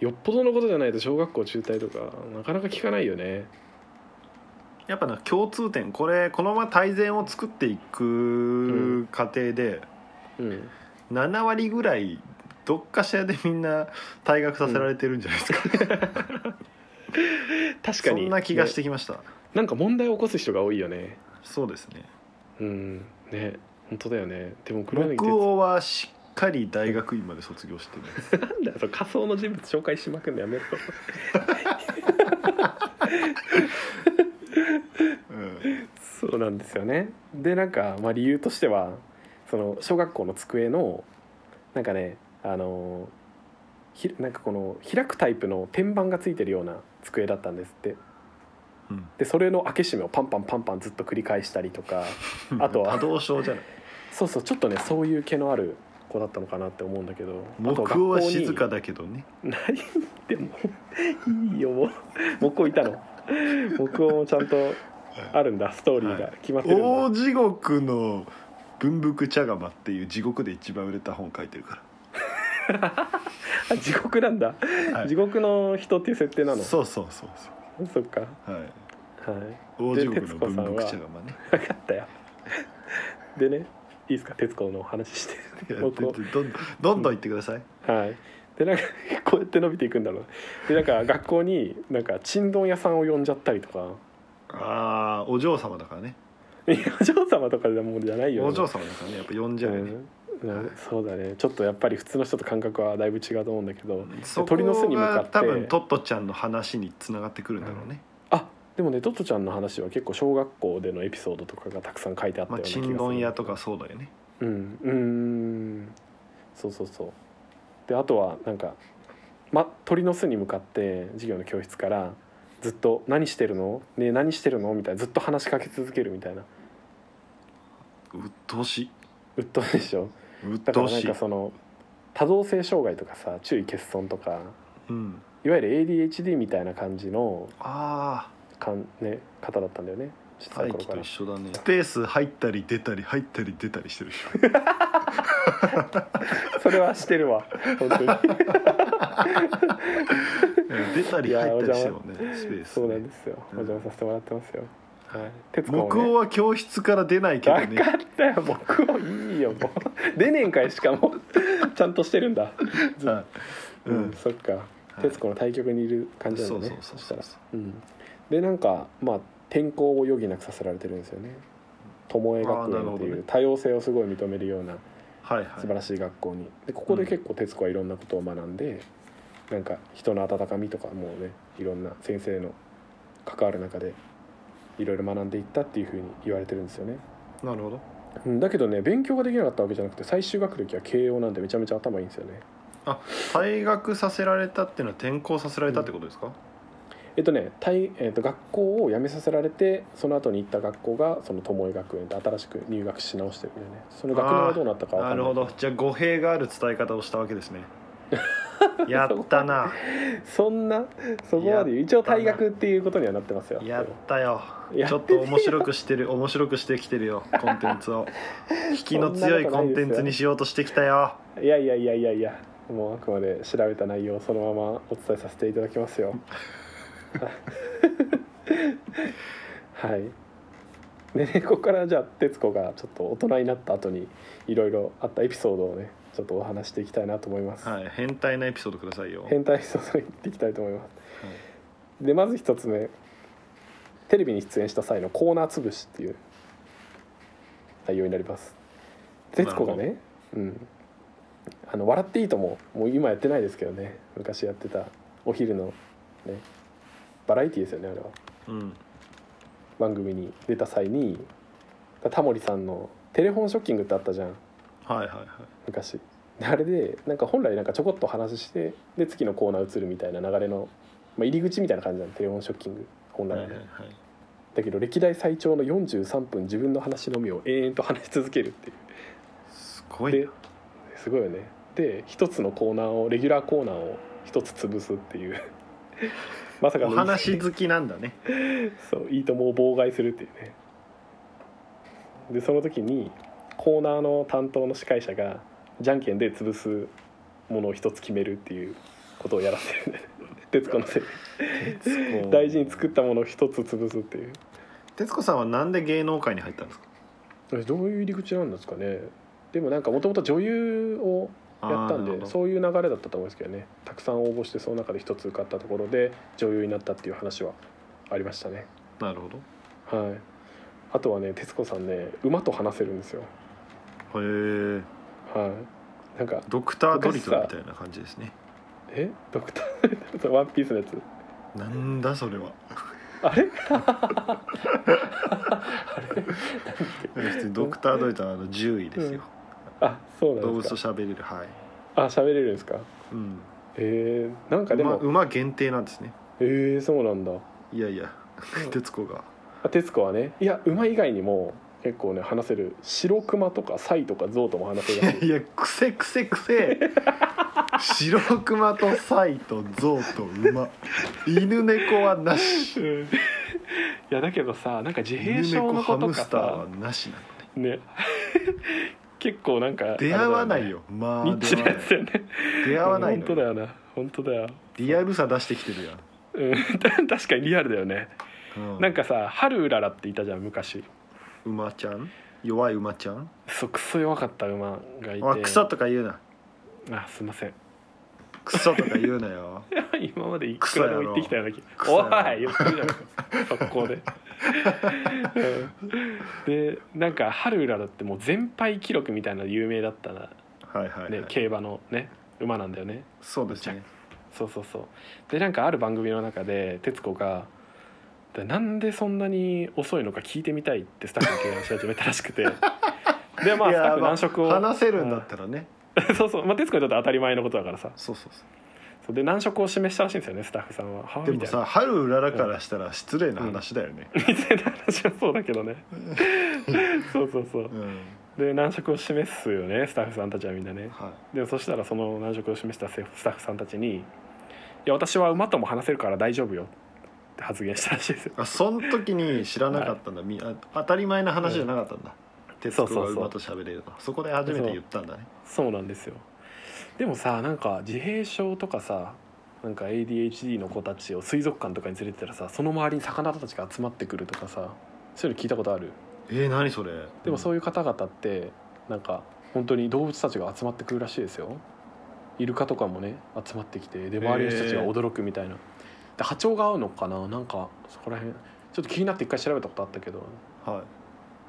[SPEAKER 2] よっぽどのことじゃないと小学校中退とかなかなか聞かないよね。
[SPEAKER 3] やっぱな共通点これこのまま大全を作っていく過程で、
[SPEAKER 2] うん、
[SPEAKER 3] 7割ぐらいどっかしらでみんな退学させられてるんじゃないですか、
[SPEAKER 2] 確か
[SPEAKER 3] そ
[SPEAKER 2] に
[SPEAKER 3] んな気がして
[SPEAKER 2] ね
[SPEAKER 3] きました、
[SPEAKER 2] なんか問題を起こす人が多いよね。
[SPEAKER 3] そうですね
[SPEAKER 2] うんね本当だよねでも黒柳徹
[SPEAKER 3] 僕
[SPEAKER 2] 子
[SPEAKER 3] をはしっかり大学院まで卒業してます
[SPEAKER 2] なんだよその仮想の人物紹介しまくんのやめろ
[SPEAKER 3] うん
[SPEAKER 2] そうなんですよねでなんか、まあ、理由としてはその小学校の机のなんかねあのひなんかこの開くタイプの天板がついてるような机だったんですって
[SPEAKER 3] うん
[SPEAKER 2] でそれの開け閉めをパンパンパンパンずっと繰り返したりと かあとは
[SPEAKER 3] 多動症じゃない
[SPEAKER 2] そうそうちょっとねそういう気のある子だったのかなって思うんだけど
[SPEAKER 3] 僕
[SPEAKER 2] あと
[SPEAKER 3] は
[SPEAKER 2] 学校に
[SPEAKER 3] 静かだけどね
[SPEAKER 2] 何でもいいよもう木工いたの木工もちゃんとあるんだストーリーが決まってるんだ、
[SPEAKER 3] 大地獄の文福茶釜っていう地獄で一番売れた本書いてるか
[SPEAKER 2] あ地獄なんだ、
[SPEAKER 3] ら、はい
[SPEAKER 2] 地獄の人っていう設定なのそ
[SPEAKER 3] そうそうそうそ
[SPEAKER 2] っかは
[SPEAKER 3] うはい
[SPEAKER 2] い
[SPEAKER 3] 大地獄の
[SPEAKER 2] 徹子さんは
[SPEAKER 3] 文福茶釜ね
[SPEAKER 2] 分かったよでねいいですか徹子のお話しして
[SPEAKER 3] いやどん
[SPEAKER 2] 僕
[SPEAKER 3] どんどんどん言ってください、
[SPEAKER 2] はいでなんかこうやって伸びていくんだろうでなんか学校になんかちんどん屋さんを呼んじゃったりとか
[SPEAKER 3] ああお嬢様だからね
[SPEAKER 2] いやお嬢様とかでもじゃないよね
[SPEAKER 3] お嬢様だからねやっぱ呼んじゃうよね、
[SPEAKER 2] うんなそうだねちょっとやっぱり普通の人と感覚はだいぶ違うと思うんだけど
[SPEAKER 3] そこ
[SPEAKER 2] 鳥の巣に向かっ
[SPEAKER 3] が
[SPEAKER 2] て
[SPEAKER 3] 多分トットちゃんの話につながってくるんだろうね、
[SPEAKER 2] あでもねトットちゃんの話は結構小学校でのエピソードとかがたくさん書いてあった
[SPEAKER 3] ま
[SPEAKER 2] よ
[SPEAKER 3] あ
[SPEAKER 2] うな気がす
[SPEAKER 3] ち
[SPEAKER 2] る、
[SPEAKER 3] んどん屋とかそうだよね
[SPEAKER 2] うんうーんそうそうそうであとはなんか、ま、鳥の巣に向かって授業の教室からずっと「何してるのねえ何してるの?」みたいなずっと話しかけ続けるみたいな
[SPEAKER 3] うっとうしい
[SPEAKER 2] 鬱陶しいでしょ
[SPEAKER 3] 鬱
[SPEAKER 2] だから
[SPEAKER 3] 陶
[SPEAKER 2] なん
[SPEAKER 3] しい
[SPEAKER 2] かその多動性障害とかさ注意欠損とか
[SPEAKER 3] うん
[SPEAKER 2] いわゆる ADHD みたいな感じの
[SPEAKER 3] あ
[SPEAKER 2] かん、ね、方だったんだよね小
[SPEAKER 3] あ
[SPEAKER 2] さい
[SPEAKER 3] 大
[SPEAKER 2] 頃
[SPEAKER 3] 気
[SPEAKER 2] か
[SPEAKER 3] と
[SPEAKER 2] ら
[SPEAKER 3] 一緒だねスペース入ったり出たり入ったり出たり してるでしょ
[SPEAKER 2] それはしてるわ本当に
[SPEAKER 3] 出たり入ったりしてるもんね
[SPEAKER 2] いや
[SPEAKER 3] スペース
[SPEAKER 2] そうなんですよお邪魔させてもらってますよはい徹子も
[SPEAKER 3] 木
[SPEAKER 2] ね
[SPEAKER 3] 王は教室から出ないけど
[SPEAKER 2] 分
[SPEAKER 3] ね
[SPEAKER 2] かっ たよ僕をいいよもう出ねえんかいしかも ちゃんとしてるんだ
[SPEAKER 3] はい
[SPEAKER 2] うん、
[SPEAKER 3] うん
[SPEAKER 2] そっか徹子の対局にいる感じなんだね、
[SPEAKER 3] そうそうそうそう
[SPEAKER 2] したらうんでなんかまあ転校を余儀なくさせられてるんですよね巴
[SPEAKER 3] あ
[SPEAKER 2] 学
[SPEAKER 3] ーなる
[SPEAKER 2] 園
[SPEAKER 3] ほ
[SPEAKER 2] って
[SPEAKER 3] ど
[SPEAKER 2] い
[SPEAKER 3] ね
[SPEAKER 2] う多様性をすごい認めるような
[SPEAKER 3] はい
[SPEAKER 2] 素晴
[SPEAKER 3] は
[SPEAKER 2] らしい学校にでここで結構徹子はいろんなことを学んで、なんか人の温かみとかもうねいろんな先生の関わる中でいろいろ学んでいったっていうふうに言われてるんですよね
[SPEAKER 3] いなるほど
[SPEAKER 2] うんだけどね勉強ができなかったわけじゃなくて最終学歴は慶応なんでめちゃめちゃ頭いいんですよね
[SPEAKER 3] 退学させられたっていうのは転校させられたってことですか、
[SPEAKER 2] えっとね、たいえっと、学校を辞めさせられてその後に行った学校がその巴学園で新しく入学し直してるんだよねその学年はどうなったかわかんな
[SPEAKER 3] ないるほどじゃあ語弊がある伝え方をしたわけ ですねやったな
[SPEAKER 2] そんなそこまで言う一応退学っていうことにはなってますよ
[SPEAKER 3] やったよ
[SPEAKER 2] や
[SPEAKER 3] ちょっと面白くしてる面白くしてきてるよコンテンツ を引きの強いコンテンツにしようとしてきたよ
[SPEAKER 2] いやいやいやいやいやもうあくまで調べた内容をそのままお伝えさせていただきますよはいでねここからじゃあ徹子がちょっと大人になった後にいろいろあったエピソードをねちょっとお話していきたいなと思います、
[SPEAKER 3] はい変態なエピソードくださいよ
[SPEAKER 2] 変態想像に行っていきたいと思います、でまず一つ目テレビに出演した際のコーナー潰しっていう内容になります徹子が
[SPEAKER 3] な
[SPEAKER 2] ねうんあの「笑っていいとも」もう今やってないですけどね昔やってたお昼のねバラエティですよねあれは
[SPEAKER 3] うん
[SPEAKER 2] 番組に出た際にタモリさんの「テレフォンショッキング」ってあったじゃん
[SPEAKER 3] はいはいはい
[SPEAKER 2] 昔であれでなんか本来なんかちょこっと話してで次のコーナー移るみたいな流れの、まあ、入り口みたいな感じなのテレフォンショッキング本来
[SPEAKER 3] はい
[SPEAKER 2] は
[SPEAKER 3] は
[SPEAKER 2] ね、
[SPEAKER 3] いはい
[SPEAKER 2] だけど歴代最長の43分自分の話のみを延々と話し続けるっていう
[SPEAKER 3] すごい
[SPEAKER 2] で、すごいよねで一つのコーナーをレギュラーコーナーを一つ潰すっていう まさか
[SPEAKER 3] お
[SPEAKER 2] の
[SPEAKER 3] 話好きなんだ ね
[SPEAKER 2] そういいともを妨害するっていうねでその時にコーナーの担当の司会者がじゃんけんで潰すものを一つ決めるっていうことをやらせるんだよね 徹子のせい大事に作ったものを一つ潰すっていう
[SPEAKER 3] 徹子さんはなんで芸能界に入ったんですか
[SPEAKER 2] えどういう入り口なんですかねでもなんかもともと女優をやったん
[SPEAKER 3] あーなるほ
[SPEAKER 2] で
[SPEAKER 3] ど
[SPEAKER 2] そういう流れだったと思うんですけどねたくさん応募してその中で一つ受かったところで女優になったっていう話はありましたね
[SPEAKER 3] なるほどへ
[SPEAKER 2] はいあとはね徹子さんね馬と話せるんですよ
[SPEAKER 3] え
[SPEAKER 2] はいなんか
[SPEAKER 3] ドクタードリトルみたいな感じですね
[SPEAKER 2] えドクターワンピースのやつ
[SPEAKER 3] なんだそれは
[SPEAKER 2] あれ
[SPEAKER 3] 普通にドクタードリトルはあの獣医ですよ、
[SPEAKER 2] あそうな
[SPEAKER 3] 動
[SPEAKER 2] ん
[SPEAKER 3] 物
[SPEAKER 2] です
[SPEAKER 3] と
[SPEAKER 2] か
[SPEAKER 3] 喋れるはい、
[SPEAKER 2] あ喋れるんですか
[SPEAKER 3] うん、
[SPEAKER 2] えー、なんかで
[SPEAKER 3] 馬
[SPEAKER 2] も
[SPEAKER 3] 馬限定なんですね
[SPEAKER 2] えー、そうなんだ
[SPEAKER 3] いやいや 徹子が
[SPEAKER 2] あ徹子はねいや馬以外にも結構ね話せる白熊とかサイとかゾウとも話せるらしい
[SPEAKER 3] いやくせくせくせ 白熊とサイとゾウと馬犬猫はなし
[SPEAKER 2] うん いやだけどさなんか自閉
[SPEAKER 3] 犬
[SPEAKER 2] 症
[SPEAKER 3] 猫
[SPEAKER 2] の
[SPEAKER 3] ハ
[SPEAKER 2] 子と
[SPEAKER 3] ム
[SPEAKER 2] か
[SPEAKER 3] スター
[SPEAKER 2] さ
[SPEAKER 3] は、なしなの
[SPEAKER 2] ね、 結構なんか
[SPEAKER 3] 出会わない
[SPEAKER 2] よ
[SPEAKER 3] よまあ
[SPEAKER 2] ニッチ
[SPEAKER 3] 出会
[SPEAKER 2] な
[SPEAKER 3] わな
[SPEAKER 2] や
[SPEAKER 3] い出会わない
[SPEAKER 2] つだよね本当
[SPEAKER 3] の
[SPEAKER 2] だ
[SPEAKER 3] よ
[SPEAKER 2] よな本当だよ、
[SPEAKER 3] リアルさ出してきてるや
[SPEAKER 2] うん、 た確かにリアルだよね
[SPEAKER 3] ん、うん、
[SPEAKER 2] なんかさハルウララっていたじゃん昔
[SPEAKER 3] 馬ちゃん弱い馬ちゃん
[SPEAKER 2] そうクソ弱かった馬がいて
[SPEAKER 3] おいクソとか言うな
[SPEAKER 2] あすいません
[SPEAKER 3] クソとか言うなよ
[SPEAKER 2] 今までいくらでも言ってきたような気
[SPEAKER 3] クソ
[SPEAKER 2] お
[SPEAKER 3] やろ
[SPEAKER 2] い言ってるじゃないですか速攻で、 うんでなんかハルウララってもう全敗記録みたいなの有名だったな、
[SPEAKER 3] はいはい、はい
[SPEAKER 2] ね、競馬のね馬なんだよね
[SPEAKER 3] そうですね
[SPEAKER 2] そうそうそうでなんかある番組の中で徹子がでなんでそんなに遅いのか聞いてみたいってスタッフに提案し始めたらしくてでまあ
[SPEAKER 3] い
[SPEAKER 2] スタ
[SPEAKER 3] や
[SPEAKER 2] ッフ難色を、
[SPEAKER 3] まあ話せるんだったらね
[SPEAKER 2] そうそう、まあ、徹子にとっては当たり前のことだからさ
[SPEAKER 3] そうそうそう
[SPEAKER 2] そうで難色を示したらしいんですよねスタッフさんははあ
[SPEAKER 3] で
[SPEAKER 2] み
[SPEAKER 3] も
[SPEAKER 2] たいな
[SPEAKER 3] さ春うららからしたら失礼な話だよね、
[SPEAKER 2] みたいな話はそうだけどねそうそうそう
[SPEAKER 3] うん
[SPEAKER 2] で難色を示すよねスタッフさんたちはみんなね
[SPEAKER 3] は
[SPEAKER 2] でそしたらその難色を示したスタッフさんたちに「いや私は馬とも話せるから大丈夫よ」って発言したらしいですよ
[SPEAKER 3] い、あその時に知らなかったんだ、みあ当たり前な話じゃなかったんだ、鉄子が馬と喋れるとそこで初めて言ったんだね
[SPEAKER 2] そうなんですよでもさなんか自閉症とかさなんか ADHD の子たちを水族館とかに連れてったらさその周りに魚たちが集まってくるとかさそういうの聞いたことある
[SPEAKER 3] えー、何それ
[SPEAKER 2] でもそういう方々ってなんか本当に動物たちが集まってくるらしいですよイルカとかもね集まってきてで周りの人たちが驚くみたいな、で波長が合うのかななんかそこら辺ちょっと気になって一回調べたことあったけど、
[SPEAKER 3] は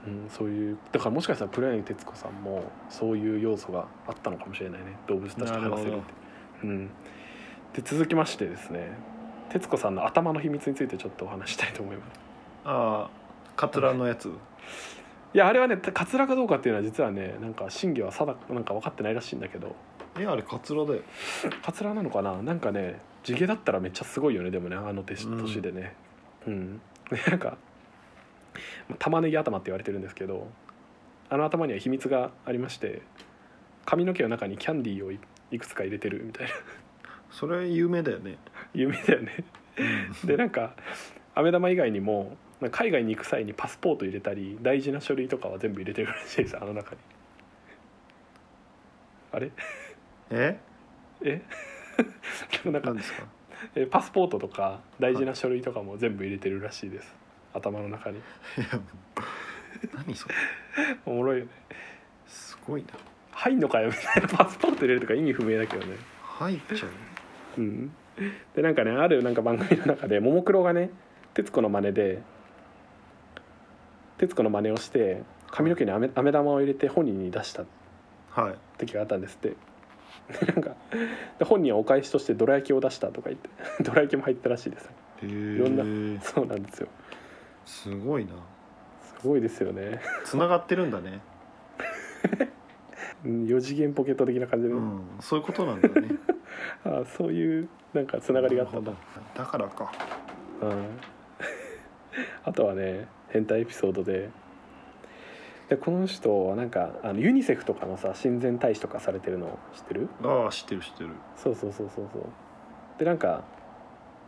[SPEAKER 3] い
[SPEAKER 2] うん、そういうだからもしかしたら黒柳徹子さんもそういう要素があったのかもしれないね動物たちと話せるって
[SPEAKER 3] なる
[SPEAKER 2] うん、で続きましてですね徹子さんの頭の秘密についてちょっとお話したいと思います
[SPEAKER 3] ああカツラのやつ
[SPEAKER 2] いやあれはねカツラかどうかっていうのは実はねなんか真偽は定かなんか分かってないらしいんだけど
[SPEAKER 3] えあれカツラだよ
[SPEAKER 2] カツラなのかななんかね地毛だったらめっちゃすごいよねでもねあの年
[SPEAKER 3] うん
[SPEAKER 2] 年でねうん、 でなんかまあ玉ねぎ頭って言われてるんですけどあの頭には秘密がありまして髪の毛の中にキャンディーをいいくつか入れてるみたいな
[SPEAKER 3] それ有名だよね
[SPEAKER 2] 夢だよねでなんか飴玉以外にもなんか海外に行く際にパスポート入れたり大事な書類とかは全部入れてるらしいですあの中にあれ
[SPEAKER 3] え
[SPEAKER 2] えなんか
[SPEAKER 3] 何ですか
[SPEAKER 2] えーパスポートとか大事な書類とかも全部入れてるらしいです、頭の中に
[SPEAKER 3] いやもう何それ
[SPEAKER 2] おもろいよね
[SPEAKER 3] すごいな
[SPEAKER 2] 入んのかよみたいなパスポート入れるとか意味不明だけどね
[SPEAKER 3] 入っちゃう
[SPEAKER 2] うんでなんかねあるなんか番組の中でももクロがね徹子の真似で徹子の真似をして髪の毛に飴飴玉を入れて本人に出した
[SPEAKER 3] はい
[SPEAKER 2] 時があったんですって でなんかで本人はお返しとしてどら焼きを出したとか言って どら焼きも入ったらしいです
[SPEAKER 3] へ
[SPEAKER 2] ろんな
[SPEAKER 3] え
[SPEAKER 2] そうなんですよ
[SPEAKER 3] すごいな
[SPEAKER 2] すごいですよね
[SPEAKER 3] つながってるんだね
[SPEAKER 2] 4次元ポケット的な感じで、
[SPEAKER 3] うんそういうことなんだ ね
[SPEAKER 2] ああそういうなんかつながりがあったんだ、
[SPEAKER 3] だからか
[SPEAKER 2] うん、 あとはね変態エピソードででこの人はなんかあのユニセフとかのさ親善大使とかされてるの知ってる
[SPEAKER 3] ああ知ってる知ってる
[SPEAKER 2] そうそうそうそうそうでなんか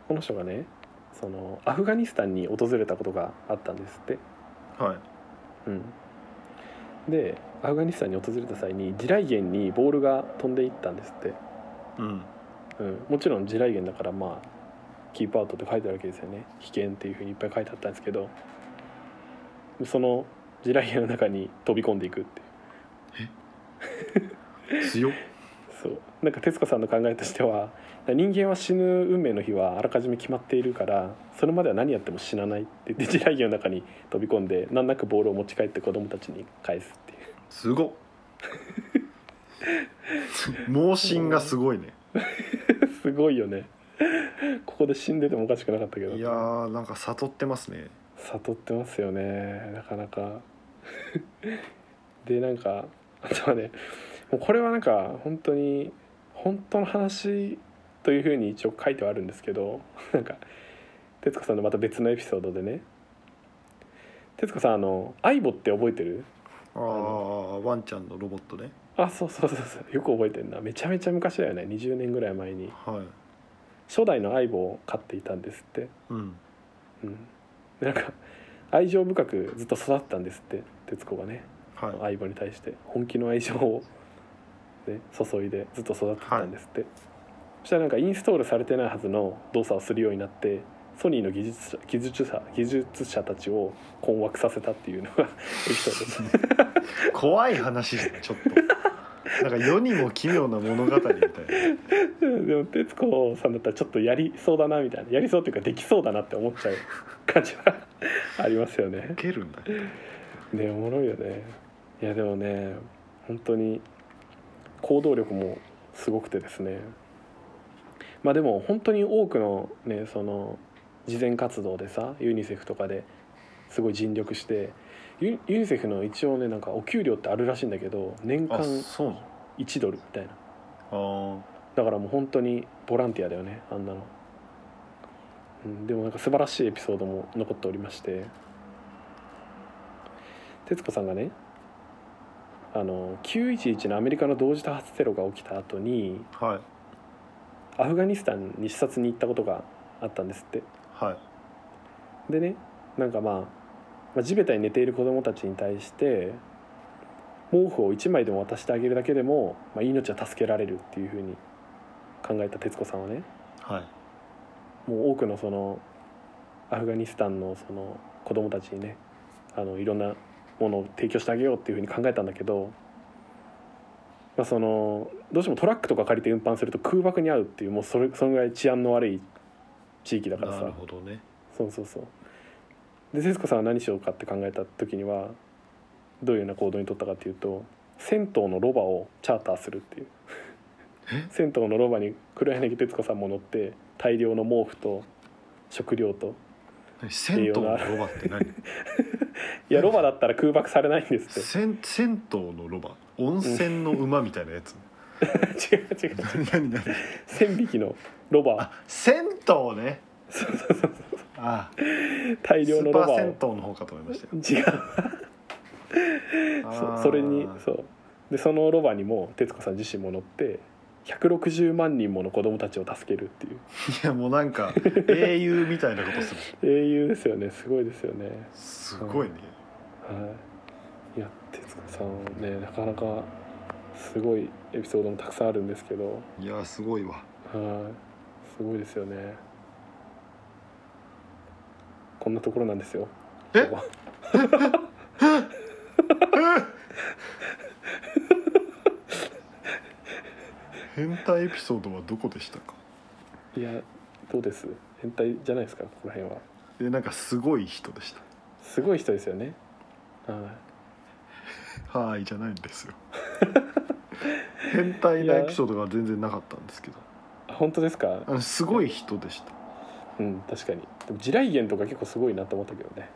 [SPEAKER 2] この人がねそのアフガニスタンに訪れたことがあったんですって
[SPEAKER 3] はい
[SPEAKER 2] うんでアフガニスタンに訪れた際に地雷原にボールが飛んでいったんですって
[SPEAKER 3] うん
[SPEAKER 2] うん、もちろん地雷原だからまあキープアウトって書いてあるわけですよね危険っていうふうにいっぱい書いてあったんですけどその地雷原の中に飛び込んでいくっていう
[SPEAKER 3] 強っ
[SPEAKER 2] そうなんか徹子さんの考えとしては人間は死ぬ運命の日はあらかじめ決まっているからそれまでは何やっても死なないって言って地雷原の中に飛び込んで難なくボールを持ち帰って子供たちに返すっていう
[SPEAKER 3] すごっ盲信がすごいね
[SPEAKER 2] すごいよねここで死んでてもおかしくなかったけど
[SPEAKER 3] いやーなんか悟ってますね
[SPEAKER 2] 悟ってますよねなかなか でなんかあとはねもうこれはなんか本当に本当の話というふうに一応書いてはあるんですけど なんか徹子さんのまた別のエピソードでね徹子さんあの「アイボって覚えてる
[SPEAKER 3] ああワンちゃんのロボットね
[SPEAKER 2] あそうそうそうそうよく覚えてるなめちゃめちゃ昔だよね20年ぐらい前に
[SPEAKER 3] はい
[SPEAKER 2] 初代のアイボを飼っていたんですって
[SPEAKER 3] うん
[SPEAKER 2] うんでなんか愛情深くずっと育ったんですって徹子がね
[SPEAKER 3] はい
[SPEAKER 2] 相棒に対して本気の愛情を、ね、注いでずっと育ってたんですって、そしたらなんかインストールされてないはずの動作をするようになってソニーの技術者技術者技術者たちを困惑させたっていうのが エピソードです
[SPEAKER 3] 怖い話ですねちょっと なんか世にも奇妙な物語みたいな
[SPEAKER 2] でも徹子さんだったらちょっとやりそうだなみたいなやりそうっていうかできそうだなって思っちゃう感じはありますよね
[SPEAKER 3] 受けるんだね
[SPEAKER 2] ねおもろいよねいやでもね本当に行動力もすごくてですねまあでも本当に多くのねその慈善活動でさユニセフとかですごい尽力してユユニセフの一応ねなんかお給料ってあるらしいんだけど年間
[SPEAKER 3] あそうなの
[SPEAKER 2] 1ドルみたいな
[SPEAKER 3] あ
[SPEAKER 2] だからもう本当にボランティアだよねあんなの、うん、でもなんか素晴らしいエピソードも残っておりまして徹子さんがねあの911のアメリカの同時多発テロが起きた後に
[SPEAKER 3] はい
[SPEAKER 2] アフガニスタンに視察に行ったことがあったんですって
[SPEAKER 3] はい
[SPEAKER 2] でねなんか、まあ、まあ地べたに寝ている子どもたちに対して毛布を1枚でも渡してあげるだけでも、まあ、命は助けられるっていうふうに考えた徹子さんはね
[SPEAKER 3] はい
[SPEAKER 2] もう多くのそのアフガニスタンのその子どもたちにねあのいろんなものを提供してあげようっていうふうに考えたんだけど、まあ、そのどうしてもトラックとか借りて運搬すると空爆に遭うっていうもうそれそのぐらい治安の悪い地域だから
[SPEAKER 3] なる
[SPEAKER 2] さ。
[SPEAKER 3] ほどね
[SPEAKER 2] そうそうそうで節子さんは何しようかって考えた時にはどういうような行動に取ったかっていうと銭湯のロバをチャーターするっていう銭湯のロバに黒柳徹子さんも乗って大量の毛布と食料と
[SPEAKER 3] 何銭湯のロバって何
[SPEAKER 2] いやロバだったら空爆されないんで すっ
[SPEAKER 3] 銭銭湯のロバ温泉の馬みたいなやつ
[SPEAKER 2] て違う違う
[SPEAKER 3] 何何
[SPEAKER 2] 1,000匹のロバ
[SPEAKER 3] あ銭湯ねあ
[SPEAKER 2] 大
[SPEAKER 3] ス
[SPEAKER 2] 量の
[SPEAKER 3] ー
[SPEAKER 2] ロ
[SPEAKER 3] パ
[SPEAKER 2] バ
[SPEAKER 3] ー
[SPEAKER 2] を
[SPEAKER 3] 銭湯の方かと思いましたよ
[SPEAKER 2] 違う
[SPEAKER 3] あ
[SPEAKER 2] そ
[SPEAKER 3] ー
[SPEAKER 2] それにそうでそのロバにも徹子さん自身も乗って160万人もの子供たちを助けるっていう
[SPEAKER 3] いやもうなん か英雄みたいなことする
[SPEAKER 2] 英雄ですよねすごいですよね
[SPEAKER 3] すごいね
[SPEAKER 2] はいいや徹子さんねなかなかすごいエピソードもたくさんあるんですけど
[SPEAKER 3] いやすごいわ
[SPEAKER 2] はいすごいですよねこんなところなんですよ
[SPEAKER 3] え
[SPEAKER 2] 今日は
[SPEAKER 3] 変態エピソードはどこでしたか
[SPEAKER 2] いやどうです変態じゃないですかここら辺は
[SPEAKER 3] えなんかすごい人でし
[SPEAKER 2] すごい人ですよねはい
[SPEAKER 3] たはーいじゃないんです よ変態なエピソードが全然なかったんですけど
[SPEAKER 2] あ本当ですか
[SPEAKER 3] あのすごい人でした
[SPEAKER 2] うん確かにでも地雷原とか結構すごいなと思ったけどね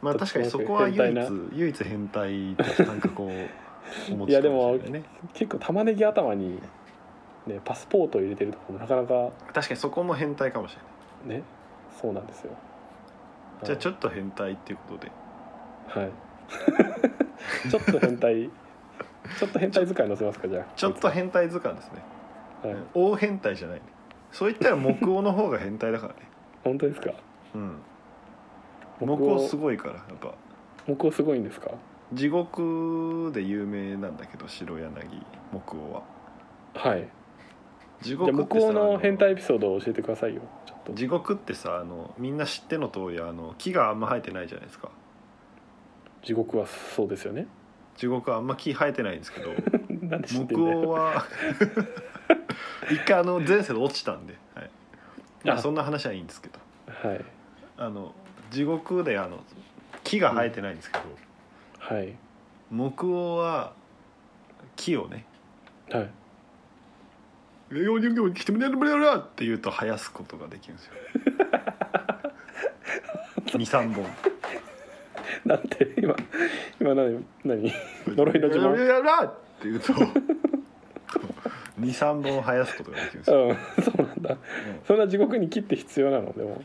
[SPEAKER 3] まあ
[SPEAKER 2] どっ
[SPEAKER 3] 確
[SPEAKER 2] ち
[SPEAKER 3] か
[SPEAKER 2] も
[SPEAKER 3] にそこは
[SPEAKER 2] 変
[SPEAKER 3] 唯
[SPEAKER 2] 態な
[SPEAKER 3] 一唯一変態となんかこうお持
[SPEAKER 2] い
[SPEAKER 3] ち
[SPEAKER 2] や
[SPEAKER 3] か
[SPEAKER 2] でも
[SPEAKER 3] もしれないね
[SPEAKER 2] 結構玉ねぎ頭にねパスポートを入れてるとこもなかなか
[SPEAKER 3] 確かにそこも変態かもしれない
[SPEAKER 2] ねそうなんですよ
[SPEAKER 3] じゃあちょ
[SPEAKER 2] っ
[SPEAKER 3] っと変態っていうことで
[SPEAKER 2] とはい ちょっと変態ちょっと変態使い載せますかじゃあ
[SPEAKER 3] ちょっと変態図鑑ですね
[SPEAKER 2] はい、
[SPEAKER 3] 大変態じゃないねそういったら木王の方が変態だからね
[SPEAKER 2] 本当ですか
[SPEAKER 3] うん
[SPEAKER 2] 僕
[SPEAKER 3] 木王す
[SPEAKER 2] を
[SPEAKER 3] ごいからやっぱ
[SPEAKER 2] 僕をすごいんですか
[SPEAKER 3] 地獄で有名なんだけど白柳木王は
[SPEAKER 2] はい
[SPEAKER 3] 地
[SPEAKER 2] じゃあ
[SPEAKER 3] 獄
[SPEAKER 2] 向
[SPEAKER 3] ってさ
[SPEAKER 2] こう
[SPEAKER 3] あ
[SPEAKER 2] の
[SPEAKER 3] の
[SPEAKER 2] 変態エピソードを教えてくださいよちょっと
[SPEAKER 3] 地獄ってさあのみんな知っての通りあの木があんま生えてないじゃないですか
[SPEAKER 2] 地獄はそうですよね
[SPEAKER 3] 地獄はあんま木生えてないんですけど
[SPEAKER 2] なん で知って
[SPEAKER 3] 木
[SPEAKER 2] んだ
[SPEAKER 3] 王
[SPEAKER 2] よ
[SPEAKER 3] は一回あの前世で落ちたんで、はいまあ、
[SPEAKER 2] あ
[SPEAKER 3] そんな話はいいんですけど
[SPEAKER 2] はい
[SPEAKER 3] あの地獄であの木が生えてないんですけど、
[SPEAKER 2] はい
[SPEAKER 3] 木王は木をね
[SPEAKER 2] は
[SPEAKER 3] 「
[SPEAKER 2] い
[SPEAKER 3] よにょにょきてみなるむらら」って言うと生やすことができるんですよ23本
[SPEAKER 2] なんて今今何何 呪いの呪文
[SPEAKER 3] いやいやいやって言うと23本生やすことができるんですよ、
[SPEAKER 2] うん そうなんだ
[SPEAKER 3] うん
[SPEAKER 2] そんな地獄に切って必要なのでも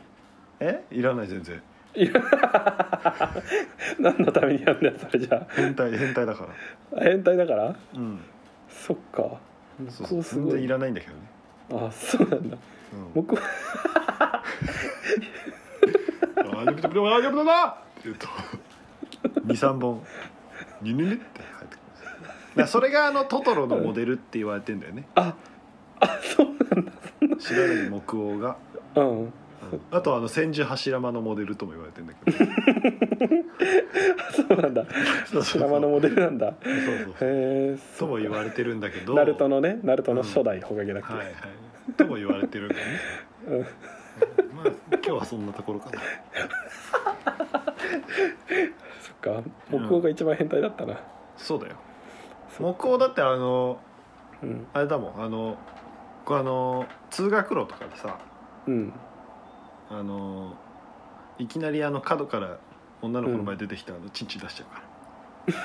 [SPEAKER 3] えいらない全然
[SPEAKER 2] 何のためにやるんだよそれじゃ
[SPEAKER 3] 変態変態だから
[SPEAKER 2] あ変態だから
[SPEAKER 3] うん
[SPEAKER 2] そっか
[SPEAKER 3] そう
[SPEAKER 2] こ
[SPEAKER 3] そうう
[SPEAKER 2] す
[SPEAKER 3] 全
[SPEAKER 2] ごい
[SPEAKER 3] 然いらないんだけどね、
[SPEAKER 2] あそうなんだ
[SPEAKER 3] うん、
[SPEAKER 2] 僕は
[SPEAKER 3] あやめてくれあやめてなって言うと23本ニュニュニュって入ってくるんですよだからそれがあのトトロのモデルって言われてんだよね
[SPEAKER 2] ああそう
[SPEAKER 3] 白柳木王が、
[SPEAKER 2] うん
[SPEAKER 3] う んあとあの千住柱間のモデルとも言われてんだけど
[SPEAKER 2] そうなんだ
[SPEAKER 3] そうそうそう
[SPEAKER 2] 白間のモデルなんだ
[SPEAKER 3] そうそう
[SPEAKER 2] へえ
[SPEAKER 3] とも言
[SPEAKER 2] わ
[SPEAKER 3] われてるんだけど
[SPEAKER 2] ナルトのねナルトの初代ホガゲだっけ、
[SPEAKER 3] はいはいとも言われてるんだよね、
[SPEAKER 2] うん
[SPEAKER 3] うんまあ今日はそんなところかな
[SPEAKER 2] そっか木王が一番変態だったな
[SPEAKER 3] そうだよ木王だってあの
[SPEAKER 2] うん
[SPEAKER 3] あれだもんあのこうあの通学路とかでさ
[SPEAKER 2] うん
[SPEAKER 3] あのいきなりあの角から女の子の前に出てきたあのチンチン出しちゃうから、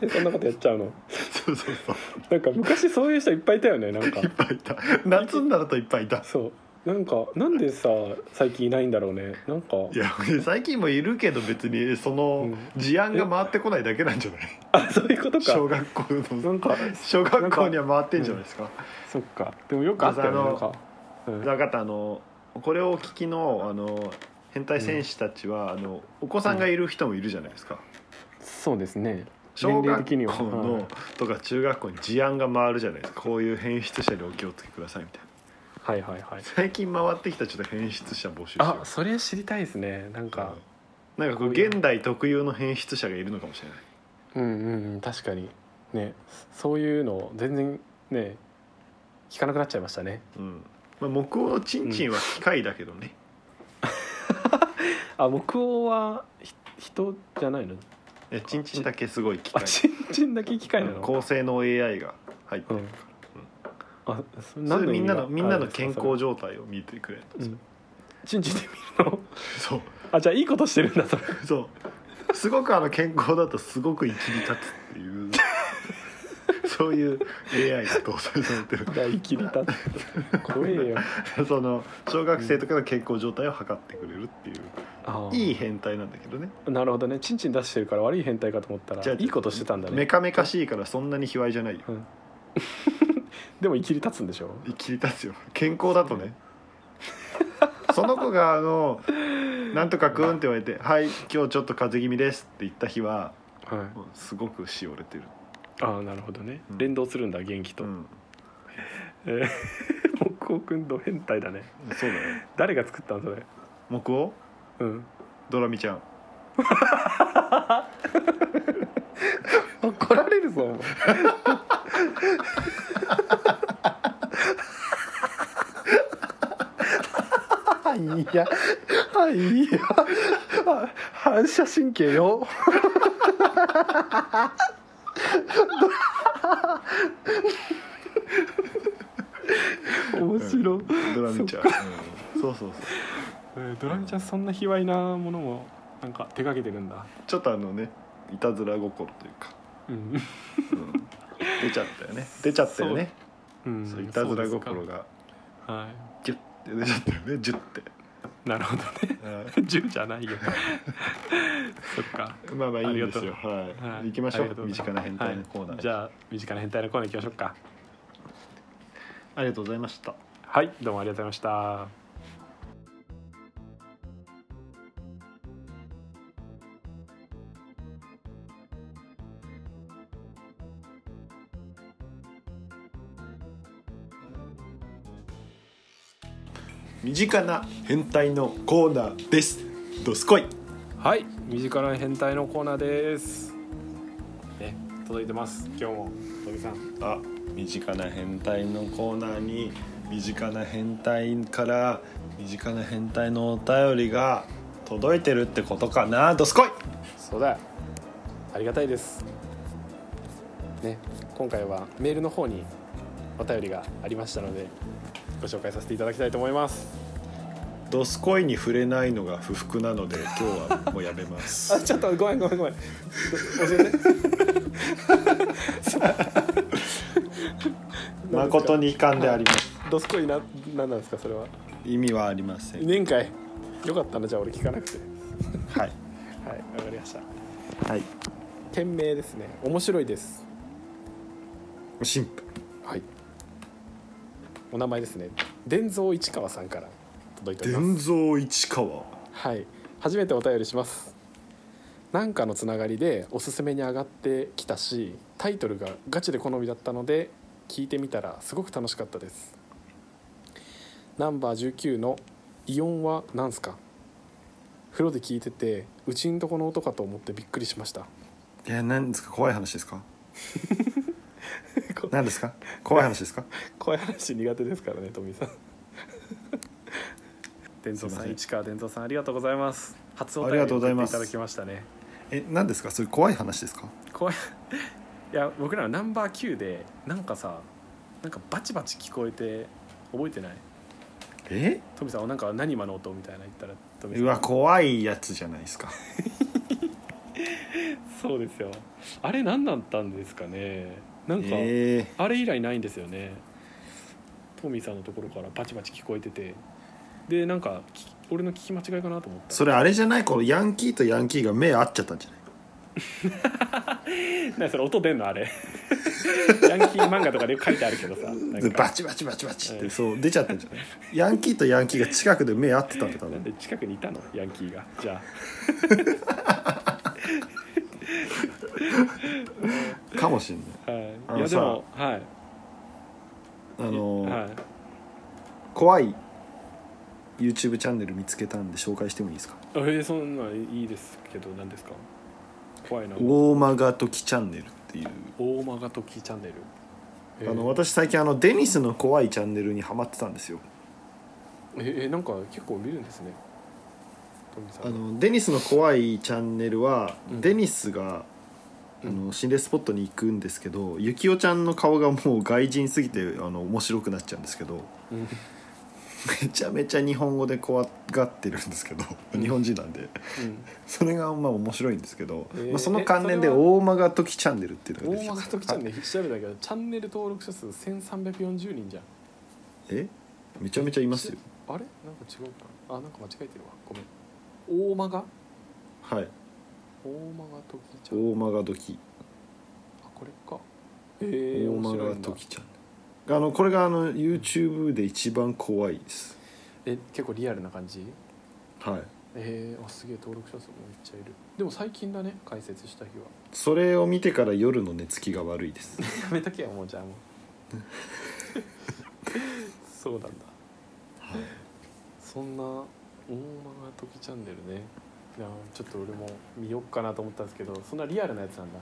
[SPEAKER 2] えそんなことやっちゃうの
[SPEAKER 3] そうそうそう
[SPEAKER 2] なんか昔そういう人いっぱいいたよねなんか
[SPEAKER 3] いっぱいいた夏になるといっぱいいた
[SPEAKER 2] そうなんかなんでさ最近いないんだろうねなんか
[SPEAKER 3] いや最近もいるけど別にその事案が回ってこないだけなんじゃない
[SPEAKER 2] あそういうこと
[SPEAKER 3] 小
[SPEAKER 2] か
[SPEAKER 3] 学校
[SPEAKER 2] な
[SPEAKER 3] の
[SPEAKER 2] んか
[SPEAKER 3] 小学校には回ってんじゃないですか
[SPEAKER 2] そっかでもよくあったよね
[SPEAKER 3] あの
[SPEAKER 2] なんか、うん
[SPEAKER 3] だからあのこれをお聞きのあの変態戦士たちは、あのお子さんがいる人もいるじゃないですか、
[SPEAKER 2] そうですね
[SPEAKER 3] 小
[SPEAKER 2] 年齢
[SPEAKER 3] 学
[SPEAKER 2] 的
[SPEAKER 3] 校
[SPEAKER 2] にはは
[SPEAKER 3] の
[SPEAKER 2] い
[SPEAKER 3] とか中学校に事案が回るじゃないですかこういう変質者にお気をつけくださいみたいな
[SPEAKER 2] はいはいはい
[SPEAKER 3] 最近回ってきたちょっと変質者募集しよ
[SPEAKER 2] あ
[SPEAKER 3] う
[SPEAKER 2] それ知りたいですねなんか、
[SPEAKER 3] なんかこう現代特有の変質者がいるのかもしれない
[SPEAKER 2] うん、うんうん確かにねそういうの全然ね聞かなくなっちゃいましたね
[SPEAKER 3] うんまあ、木王のチンチンは機械だけどね、
[SPEAKER 2] あ木王はひ人じゃないの
[SPEAKER 3] えチンチンだけすごい機
[SPEAKER 2] あ
[SPEAKER 3] 械
[SPEAKER 2] ちんちんだけ機械な
[SPEAKER 3] う
[SPEAKER 2] の
[SPEAKER 3] ん高性能 AI が入って
[SPEAKER 2] う
[SPEAKER 3] る、
[SPEAKER 2] んあそれ
[SPEAKER 3] それ
[SPEAKER 2] 意
[SPEAKER 3] みん
[SPEAKER 2] 味
[SPEAKER 3] な
[SPEAKER 2] が
[SPEAKER 3] のみんなの健
[SPEAKER 2] ある
[SPEAKER 3] 康状態を見てくれるん
[SPEAKER 2] ん
[SPEAKER 3] で
[SPEAKER 2] ですす
[SPEAKER 3] よ
[SPEAKER 2] かそれうんちんちんで見るの
[SPEAKER 3] そう
[SPEAKER 2] あじゃあいいことしてるん だそれ
[SPEAKER 3] そうすごくあの健康だとすごく生きに立つっていうそういう AI が搭載されてる
[SPEAKER 2] じゃあ生きりたって怖えよ
[SPEAKER 3] その小学生とかの健康状態を測ってくれるっていう、
[SPEAKER 2] あー
[SPEAKER 3] いい変態なんだけどね
[SPEAKER 2] なるほどねちんちん出してるから悪い変態かと思った
[SPEAKER 3] じゃ
[SPEAKER 2] ら
[SPEAKER 3] あ
[SPEAKER 2] いいことしてたんだ
[SPEAKER 3] メ
[SPEAKER 2] ね
[SPEAKER 3] カメカしいからそんなに卑猥じゃないよ
[SPEAKER 2] うんでも生きり立つんでしょ
[SPEAKER 3] 生きり立つよ健康だとねその子があの「なんとかくん」って言われて「はい今日ちょっと風邪気味です」って言った日は
[SPEAKER 2] はい
[SPEAKER 3] もうすごくしおれてる、
[SPEAKER 2] ああなるほどね、
[SPEAKER 3] うん
[SPEAKER 2] 連動するんだ元気と、
[SPEAKER 3] うん、
[SPEAKER 2] えー、 木工くんド変態だね
[SPEAKER 3] そうだね
[SPEAKER 2] 誰が作ったんそれ
[SPEAKER 3] 木を
[SPEAKER 2] うん
[SPEAKER 3] ドラミちゃん
[SPEAKER 2] 怒られるぞお前 はいやはいやあ反射神経よ 面白い
[SPEAKER 3] ドラミちゃんうんそうそうそう
[SPEAKER 2] えードラミちゃんそんな卑猥なものもなんか手掛けてるんだ、
[SPEAKER 3] ちょっとあのねいたずら心というか、
[SPEAKER 2] うん
[SPEAKER 3] うん、出ちゃったよね出ちゃったよね
[SPEAKER 2] うん
[SPEAKER 3] そういたずら
[SPEAKER 2] そう
[SPEAKER 3] 心
[SPEAKER 2] です
[SPEAKER 3] が
[SPEAKER 2] かは
[SPEAKER 3] ジュッて出ちゃったよねジュッて、
[SPEAKER 2] いなるほどね10じゃないよ そっか
[SPEAKER 3] うんまあまあいいんですよ
[SPEAKER 2] あ
[SPEAKER 3] はい、
[SPEAKER 2] はい
[SPEAKER 3] 行きましょ
[SPEAKER 2] ありがと
[SPEAKER 3] う
[SPEAKER 2] ご
[SPEAKER 3] 身
[SPEAKER 2] ざい
[SPEAKER 3] 近な
[SPEAKER 2] ます
[SPEAKER 3] 変態のコーナー、
[SPEAKER 2] はいじゃあ身近な変態のコーナー行きましょうか
[SPEAKER 3] ありがとうございました
[SPEAKER 2] はいどうもありがとうございま
[SPEAKER 3] 身近な変態のコーナーですどすこい
[SPEAKER 2] したはい身近な変態のコーナーですね届いてます今日も富木さん
[SPEAKER 3] あ身近な変態のコーナーに身近な変態から身近な変態のお便りが届いてるってことかなどすこい
[SPEAKER 2] そうだありがたいですね今回はメールの方にお便りがありましたのでご紹介させていただきたいと思います
[SPEAKER 3] どすこいに触れないのが不服なの で今日はもうやめます
[SPEAKER 2] あちょっとごめんごめんごめんど 教えて
[SPEAKER 3] 誠に遺憾であります
[SPEAKER 2] どすこいな何なんですかそれは
[SPEAKER 3] 意味はありません
[SPEAKER 2] 年会よかったなじゃあ俺聞かなくて
[SPEAKER 3] はい
[SPEAKER 2] はいわかりました
[SPEAKER 3] はい
[SPEAKER 2] 件名ですね面白いです
[SPEAKER 3] シンプル
[SPEAKER 2] はいお名前ですね伝蔵市川さんから届いております
[SPEAKER 3] 伝蔵市川
[SPEAKER 2] はい初めてお便りしますなんかのつながりでおすすめに上がってきたしタイトルがガチで好みだったので聞いてみたらすごく楽しかったですナンバー19の「イオンは何すか?」風呂で聞いててうちんとこの音かと思ってびっくりしました
[SPEAKER 3] いや何ですか怖い話です か何ですか怖い話ですか
[SPEAKER 2] こういう話苦手ですからね富井さん 伝蔵
[SPEAKER 3] すい
[SPEAKER 2] さ
[SPEAKER 3] ま
[SPEAKER 2] ん
[SPEAKER 3] せん
[SPEAKER 2] 市川伝蔵さんありがとうございます初お
[SPEAKER 3] あり
[SPEAKER 2] 便
[SPEAKER 3] が
[SPEAKER 2] り
[SPEAKER 3] とう
[SPEAKER 2] を
[SPEAKER 3] ございま
[SPEAKER 2] い
[SPEAKER 3] す
[SPEAKER 2] ただきましたね
[SPEAKER 3] え何ですかそれ怖い話ですか
[SPEAKER 2] 怖いいや 僕らはナンバー9でなんかさなんかバチバチ聞こえて覚えてない
[SPEAKER 3] え
[SPEAKER 2] トミさんはなんか何今の音みたいな言ったらトミさん
[SPEAKER 3] うわ怖いやつじゃないですか
[SPEAKER 2] そうですよあれ何だったんですかねなんか、
[SPEAKER 3] え
[SPEAKER 2] あれ以来ないんですよねトミーさんのところからバチバチ聞こえててでなんかき俺の聞き間違いかなと思った
[SPEAKER 3] それあれじゃないこのヤンキーとヤンキーが目合っちゃったんじゃない
[SPEAKER 2] 何それ音出んのあれ ヤンキー漫画とかでよく書いてあるけどさなん
[SPEAKER 3] バ
[SPEAKER 2] か
[SPEAKER 3] チバチバチバチっ
[SPEAKER 2] う
[SPEAKER 3] て
[SPEAKER 2] ん
[SPEAKER 3] そう出ちゃったんじゃないヤンキーとヤンキーが近くで目合ってたんだ多
[SPEAKER 2] なん
[SPEAKER 3] 分
[SPEAKER 2] で近くにいたのヤンキーがじゃあ
[SPEAKER 3] かもしんない
[SPEAKER 2] は
[SPEAKER 3] あ
[SPEAKER 2] い、い
[SPEAKER 3] の
[SPEAKER 2] や
[SPEAKER 3] さ
[SPEAKER 2] でもはい
[SPEAKER 3] あのー
[SPEAKER 2] はい
[SPEAKER 3] 怖い YouTube チャンネル見つけたんで紹介してもいいですか
[SPEAKER 2] えー、そんなんいいですけど何ですか怖いな
[SPEAKER 3] 大間が時チャンネルっていう、
[SPEAKER 2] 大間が時チャンネル、えー、
[SPEAKER 3] あの私最近あのデニスの怖いチャンネルにハマってたんですよ
[SPEAKER 2] えー、なんか結構見るんですね富さん
[SPEAKER 3] あのデニスの怖いチャンネルは、
[SPEAKER 2] うん
[SPEAKER 3] デニスがあ
[SPEAKER 2] うん
[SPEAKER 3] の心霊スポットに行くんですけど、ゆきおちゃんの顔がもう外人すぎてあの面白くなっちゃうんですけど
[SPEAKER 2] うん
[SPEAKER 3] めちゃめちゃ日本語で怖がってるんですけど、
[SPEAKER 2] うん
[SPEAKER 3] 日本人なんでそれがまあ面白いんですけど、
[SPEAKER 2] えー
[SPEAKER 3] まあ、その関連で
[SPEAKER 2] えそれ
[SPEAKER 3] 大間が時チャンネルっていう
[SPEAKER 2] う
[SPEAKER 3] の
[SPEAKER 2] ん、
[SPEAKER 3] が
[SPEAKER 2] 大
[SPEAKER 3] 出てきま
[SPEAKER 2] 間が
[SPEAKER 3] す
[SPEAKER 2] 時チャ
[SPEAKER 3] ル
[SPEAKER 2] ンネル調べたけどチャンネル登録者数1340人じゃん
[SPEAKER 3] えめちゃめちゃいますよ
[SPEAKER 2] あれなんか違うかなあなんか間違えてるわごめん大間が
[SPEAKER 3] はい
[SPEAKER 2] 大間が時チャンネル
[SPEAKER 3] 大間が時
[SPEAKER 2] あこれかええ
[SPEAKER 3] 大
[SPEAKER 2] ー、面
[SPEAKER 3] 間
[SPEAKER 2] 白
[SPEAKER 3] が
[SPEAKER 2] いんだ
[SPEAKER 3] 時チャンネルあのこれがあの YouTube で一番怖いです
[SPEAKER 2] え結構リアルな感じ
[SPEAKER 3] はい
[SPEAKER 2] えー、あすげえ登録者数もめっちゃいるでも最近だね解説した日は
[SPEAKER 3] それを見てから夜の寝つきが悪いです
[SPEAKER 2] やめとけよもう じゃあもうそうなんだそんな大間が時チャンネルねいやちょっと俺も見よっかなと思ったんですけどそんなリアルなやつなんだ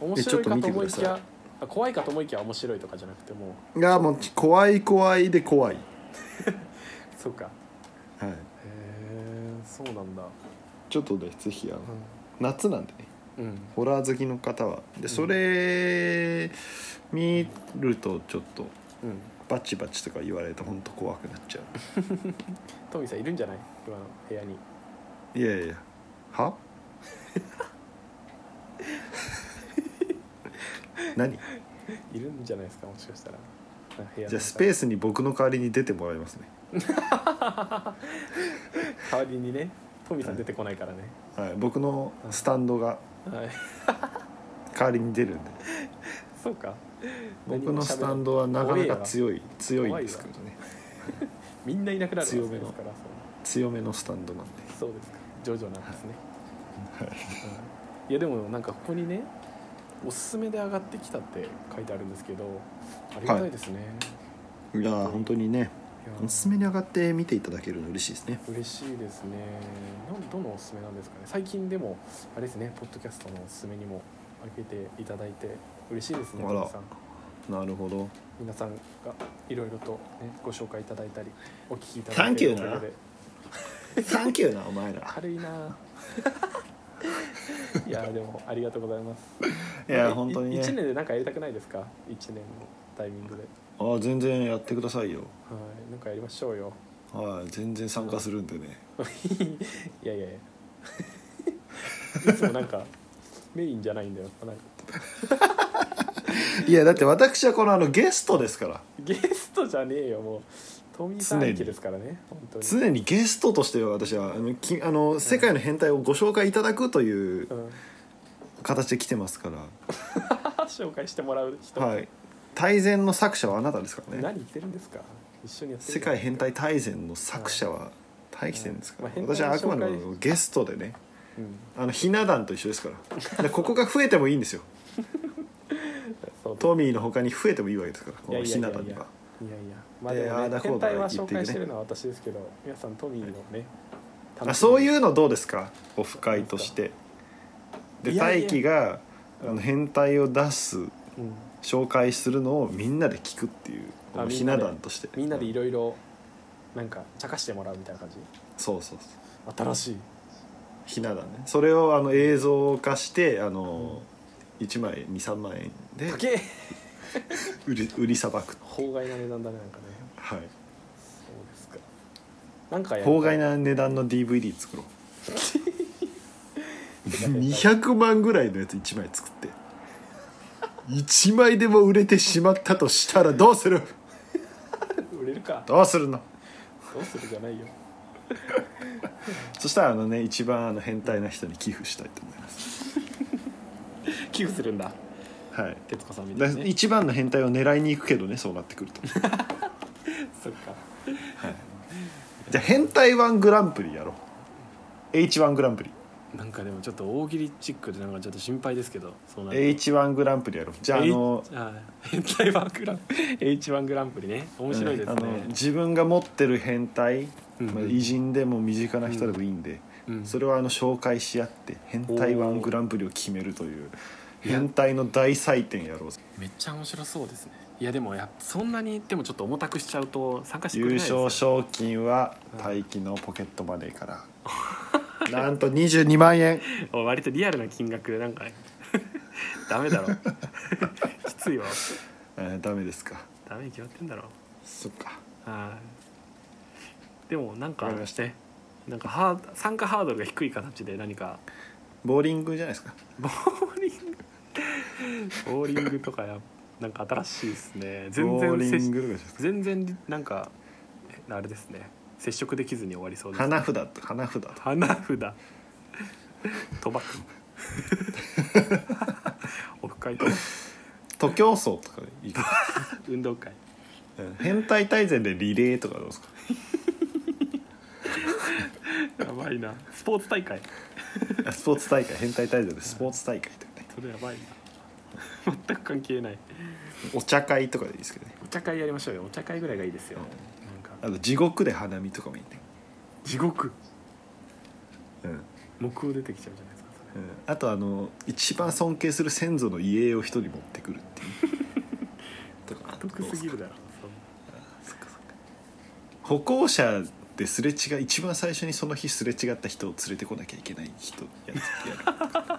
[SPEAKER 2] 面白いかと思い
[SPEAKER 3] ちょっと見て
[SPEAKER 2] き
[SPEAKER 3] くださ
[SPEAKER 2] やあ怖いかと思いきや面白いとかじゃなくても
[SPEAKER 3] いやもう怖い怖いで怖い、
[SPEAKER 2] うそうか
[SPEAKER 3] はい、
[SPEAKER 2] へえそうなんだ
[SPEAKER 3] ちょっとねぜひあの夏なんでね
[SPEAKER 2] うん、うん、
[SPEAKER 3] ホラー好きの方はでそれ見るとちょっと
[SPEAKER 2] うん、
[SPEAKER 3] バチバチとか言われて本当怖くなっちゃ
[SPEAKER 2] トミーさんいるんじゃない今の部屋に
[SPEAKER 3] ういやいや は何じ
[SPEAKER 2] いるんじゃないですかもしかしたら部屋
[SPEAKER 3] ゃあスペー
[SPEAKER 2] ス
[SPEAKER 3] スに僕の代わりに出てもらいますね、
[SPEAKER 2] 代わりにねトミーさん出てこないからね
[SPEAKER 3] はい、僕のスタンドが
[SPEAKER 2] はい
[SPEAKER 3] 代わりに出るんで
[SPEAKER 2] そうか
[SPEAKER 3] 僕のスタンドはなかなか強い強いんですけどね
[SPEAKER 2] みんないなくなるわけ
[SPEAKER 3] 強
[SPEAKER 2] で
[SPEAKER 3] めの
[SPEAKER 2] すから
[SPEAKER 3] 強めのスタンドなんで
[SPEAKER 2] そうそうですか徐々なんですね、うんいやでもなんかここにねおすすめで上がってきたって書いてあるんですけどありがたいですね、
[SPEAKER 3] いやー本当にね
[SPEAKER 2] いや
[SPEAKER 3] おすすめに上がって見ていただけるの嬉しいですね
[SPEAKER 2] 嬉しいですねなんどのおすすめなんですかね最近でもあれですねポッドキャストのおすすめにも上げていただいて嬉しいですね
[SPEAKER 3] あら
[SPEAKER 2] 皆さん
[SPEAKER 3] なるほ ど
[SPEAKER 2] 皆さんがいろいろと、ね、ご紹介いただいたりお聞きいただいて
[SPEAKER 3] Thank you
[SPEAKER 2] ということで
[SPEAKER 3] サンキューなお前ら
[SPEAKER 2] 軽 いないやでもありがとうございます
[SPEAKER 3] いや本当に
[SPEAKER 2] 1
[SPEAKER 3] ね
[SPEAKER 2] 年で何かやりたくないですか1年のタイミングでは
[SPEAKER 3] あー全然やってくださいよ
[SPEAKER 2] いなんかやりましょうよ
[SPEAKER 3] はい全然参加するんでね
[SPEAKER 2] いやいや いやいつもなんかメインじゃないんだよなんか
[SPEAKER 3] いやだって私はこのあのゲストですから
[SPEAKER 2] ゲストじゃねえよもうトミーさん
[SPEAKER 3] 常に
[SPEAKER 2] 相手ですからね本当に
[SPEAKER 3] 常にゲストとして私はあのきあの世界の変態をご紹介いただくという
[SPEAKER 2] うん、
[SPEAKER 3] 形で来てますから
[SPEAKER 2] 紹介してもらう人、
[SPEAKER 3] はい大前の作者はあなたですからね
[SPEAKER 2] 何言ってるんですか一緒にやって
[SPEAKER 3] 世界変態大全の作者は大輝んですから、
[SPEAKER 2] はいまあ
[SPEAKER 3] 私はあくまで
[SPEAKER 2] 変態の紹
[SPEAKER 3] もゲストでね
[SPEAKER 2] うん
[SPEAKER 3] あのひな壇と一緒ですからでここが増えてもいいんですよ
[SPEAKER 2] そう
[SPEAKER 3] トミーの他に増えてもいいわけですからこ
[SPEAKER 2] いや
[SPEAKER 3] の
[SPEAKER 2] いや
[SPEAKER 3] ひ
[SPEAKER 2] い
[SPEAKER 3] な
[SPEAKER 2] や
[SPEAKER 3] い
[SPEAKER 2] や
[SPEAKER 3] 壇には。
[SPEAKER 2] いやいや、まあ
[SPEAKER 3] で
[SPEAKER 2] で
[SPEAKER 3] あ
[SPEAKER 2] も
[SPEAKER 3] ーだ
[SPEAKER 2] ね、
[SPEAKER 3] こ
[SPEAKER 2] 変
[SPEAKER 3] うだ
[SPEAKER 2] 態は
[SPEAKER 3] 言っ
[SPEAKER 2] 紹
[SPEAKER 3] てね
[SPEAKER 2] 介してるのは私ですけど、皆さんトミーのね、
[SPEAKER 3] あそういううのどうですかオフ会としてで
[SPEAKER 2] いや
[SPEAKER 3] 大
[SPEAKER 2] いや
[SPEAKER 3] 輝があの変態を出す
[SPEAKER 2] ん、
[SPEAKER 3] 紹介するのをみんなで聞くっていうこ
[SPEAKER 2] あ
[SPEAKER 3] の
[SPEAKER 2] み
[SPEAKER 3] ひ
[SPEAKER 2] んな
[SPEAKER 3] な
[SPEAKER 2] で
[SPEAKER 3] 壇として
[SPEAKER 2] みんなでい
[SPEAKER 3] る
[SPEAKER 2] ろいろなんか茶化してもらうみたいな感じ。
[SPEAKER 3] そうそうそう
[SPEAKER 2] 新しい。
[SPEAKER 3] ひな壇ねそれをあの映像化してあの1枚23万円で
[SPEAKER 2] 高え。
[SPEAKER 3] 売り売りさばく
[SPEAKER 2] 法外な値段だねなんかね。
[SPEAKER 3] はい
[SPEAKER 2] そうですか。なんかやる
[SPEAKER 3] 法外。な値段の DVD 作 ろう
[SPEAKER 2] 200
[SPEAKER 3] 200万ぐらいのやつ1枚作って1枚でも売れてしまったとしたらどうする
[SPEAKER 2] 売れるか。
[SPEAKER 3] どうするの
[SPEAKER 2] そどうするじゃないよ
[SPEAKER 3] そしたらあのね一番あの変態な人に寄付したいと思います
[SPEAKER 2] 寄付するんだ
[SPEAKER 3] はい
[SPEAKER 2] 徹子さんみた
[SPEAKER 3] だ
[SPEAKER 2] いにね
[SPEAKER 3] 一番の変態を狙いに行くけどねそうなってく ると
[SPEAKER 2] そっか
[SPEAKER 3] じゃあ変態1グランプリやろう H1 グランプリ
[SPEAKER 2] なんかでもちょっと大喜利チックでなんかちょっと心配ですけどそうなると
[SPEAKER 3] H1 グランプリやろうじゃああの
[SPEAKER 2] H- あ変態ワングラン H1 グランプリね面白いですね、
[SPEAKER 3] うんあの自分が持ってる変態、
[SPEAKER 2] うん
[SPEAKER 3] まあ、偉人でも身近な人でもいいんで、
[SPEAKER 2] うん
[SPEAKER 3] それをあの紹介し合って変態ワングランプリを決めるという変態の大祭典やろうぜ
[SPEAKER 2] めっちゃ面白そうですねいやでもやそんなにでもちょっと重たくしちゃうと参加してく
[SPEAKER 3] 優
[SPEAKER 2] れないですよ
[SPEAKER 3] 勝賞金は大輝のポケットマネーからなんと22万円
[SPEAKER 2] お割とリアルな金額でなんか ダメだろ きついわ
[SPEAKER 3] えーダメですか
[SPEAKER 2] ダメに決まってんだろ
[SPEAKER 3] そっか
[SPEAKER 2] はいでもなんか
[SPEAKER 3] わかりました
[SPEAKER 2] ねなんかハード参加ハードルが低い形で何か
[SPEAKER 3] ボーリングじゃないですか
[SPEAKER 2] ボーリングボーリングとかやなんか新しいですね全
[SPEAKER 3] ボ
[SPEAKER 2] 然
[SPEAKER 3] ー
[SPEAKER 2] 接
[SPEAKER 3] リン
[SPEAKER 2] し
[SPEAKER 3] グとかじゃないですか
[SPEAKER 2] 全然なんかえあれですね接触できずに終わりそうです
[SPEAKER 3] 花札と花札
[SPEAKER 2] 花札賭博オフ会とか
[SPEAKER 3] 徒競走とかでいい か
[SPEAKER 2] 運動会
[SPEAKER 3] うん変態大全でリレーとかどうですか
[SPEAKER 2] やばいなスポーツ大会
[SPEAKER 3] あ スポーツ大会変態大全でスポーツ大会とかね
[SPEAKER 2] それやばいな全く関係ない
[SPEAKER 3] お茶会とかでいいですけどね
[SPEAKER 2] お茶会やりましょうよお茶会ぐらいがいいですよなん
[SPEAKER 3] あ
[SPEAKER 2] か
[SPEAKER 3] と地獄で花見とかもいいね
[SPEAKER 2] 地獄
[SPEAKER 3] うん、うん、
[SPEAKER 2] 木工出てきちゃうじゃないですかそれ
[SPEAKER 3] あとあの一番尊敬する先祖の遺影を一人持ってくるっていうと か
[SPEAKER 2] 得すぎるだろ
[SPEAKER 3] そっかそっか歩行者ですれ違い一番最初にその日すれ違った人を連れてこなきゃいけない人やつやる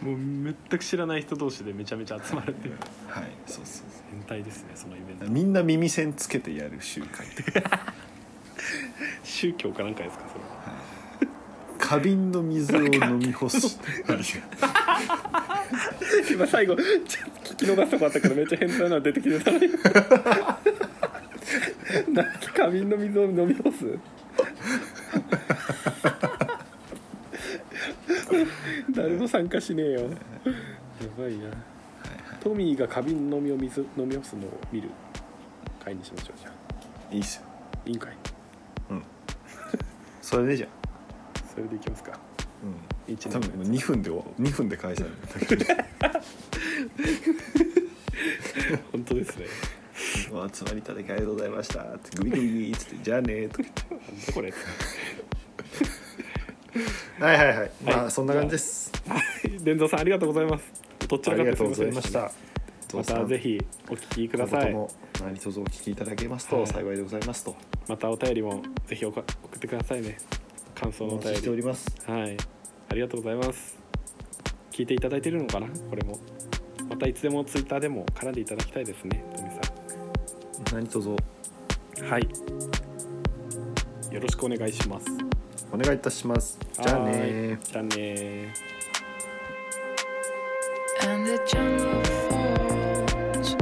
[SPEAKER 2] そんもう全く知らない人同士でめちゃめちゃ集まるっていう
[SPEAKER 3] はいそうそうそ
[SPEAKER 2] 変態ですねそのイベン
[SPEAKER 3] う
[SPEAKER 2] ト
[SPEAKER 3] みんな耳栓つけてやる習慣とか
[SPEAKER 2] 宗教かなんかですかそれ
[SPEAKER 3] 花瓶の水を飲み干すありが
[SPEAKER 2] 今最後ちょっと聞き逃したかったからめっちゃ変態なの出てきてたねな花瓶の水を飲み干す誰も参加しねえよやばいなトミーが花瓶飲みを水飲み干すのを見る会にしましょうじゃあ
[SPEAKER 3] いいっすよ
[SPEAKER 2] 委員会
[SPEAKER 3] それでじゃ
[SPEAKER 2] それでいきますか
[SPEAKER 3] あ、うん
[SPEAKER 2] 一
[SPEAKER 3] 多
[SPEAKER 2] 年
[SPEAKER 3] 分もう2分で2分で返せる
[SPEAKER 2] 本当ですね
[SPEAKER 3] お集まりいただきありがとうございました」って「グイグイグイ」っつって「じゃあねー」とか言
[SPEAKER 2] なんだこれ
[SPEAKER 3] ってはいはいはいまあそんな感じです
[SPEAKER 2] 伝蔵さんありがとうございますどっち
[SPEAKER 3] あ
[SPEAKER 2] ら
[SPEAKER 3] り
[SPEAKER 2] か
[SPEAKER 3] がとう
[SPEAKER 2] った
[SPEAKER 3] ございました
[SPEAKER 2] またぜひお聞きください
[SPEAKER 3] 今後とも何卒お聞きいただけます
[SPEAKER 2] は
[SPEAKER 3] と
[SPEAKER 2] い
[SPEAKER 3] 幸いでございますと
[SPEAKER 2] またお便りもぜひおか送ってくださいね感想
[SPEAKER 3] お
[SPEAKER 2] のお
[SPEAKER 3] 待ちしてお
[SPEAKER 2] 便り
[SPEAKER 3] ります
[SPEAKER 2] はいありがとうございます聞いていただいてるのかなこれもまたいつでもツイッターでも絡んでいただきたいですねトミ
[SPEAKER 3] 何卒お
[SPEAKER 2] さんはいよろしくお願いします
[SPEAKER 3] 願いいたしますじゃあね
[SPEAKER 2] は
[SPEAKER 3] ー
[SPEAKER 2] ーいじゃあねー
[SPEAKER 4] and the jungle falls.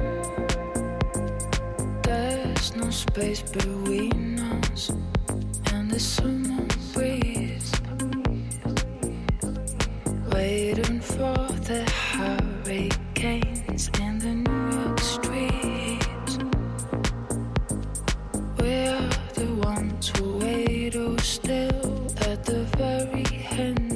[SPEAKER 4] There's no space between us and the summer breeze. Waiting for the hurricanes in the New York streets. We're the ones who wait, oh, still at the very end.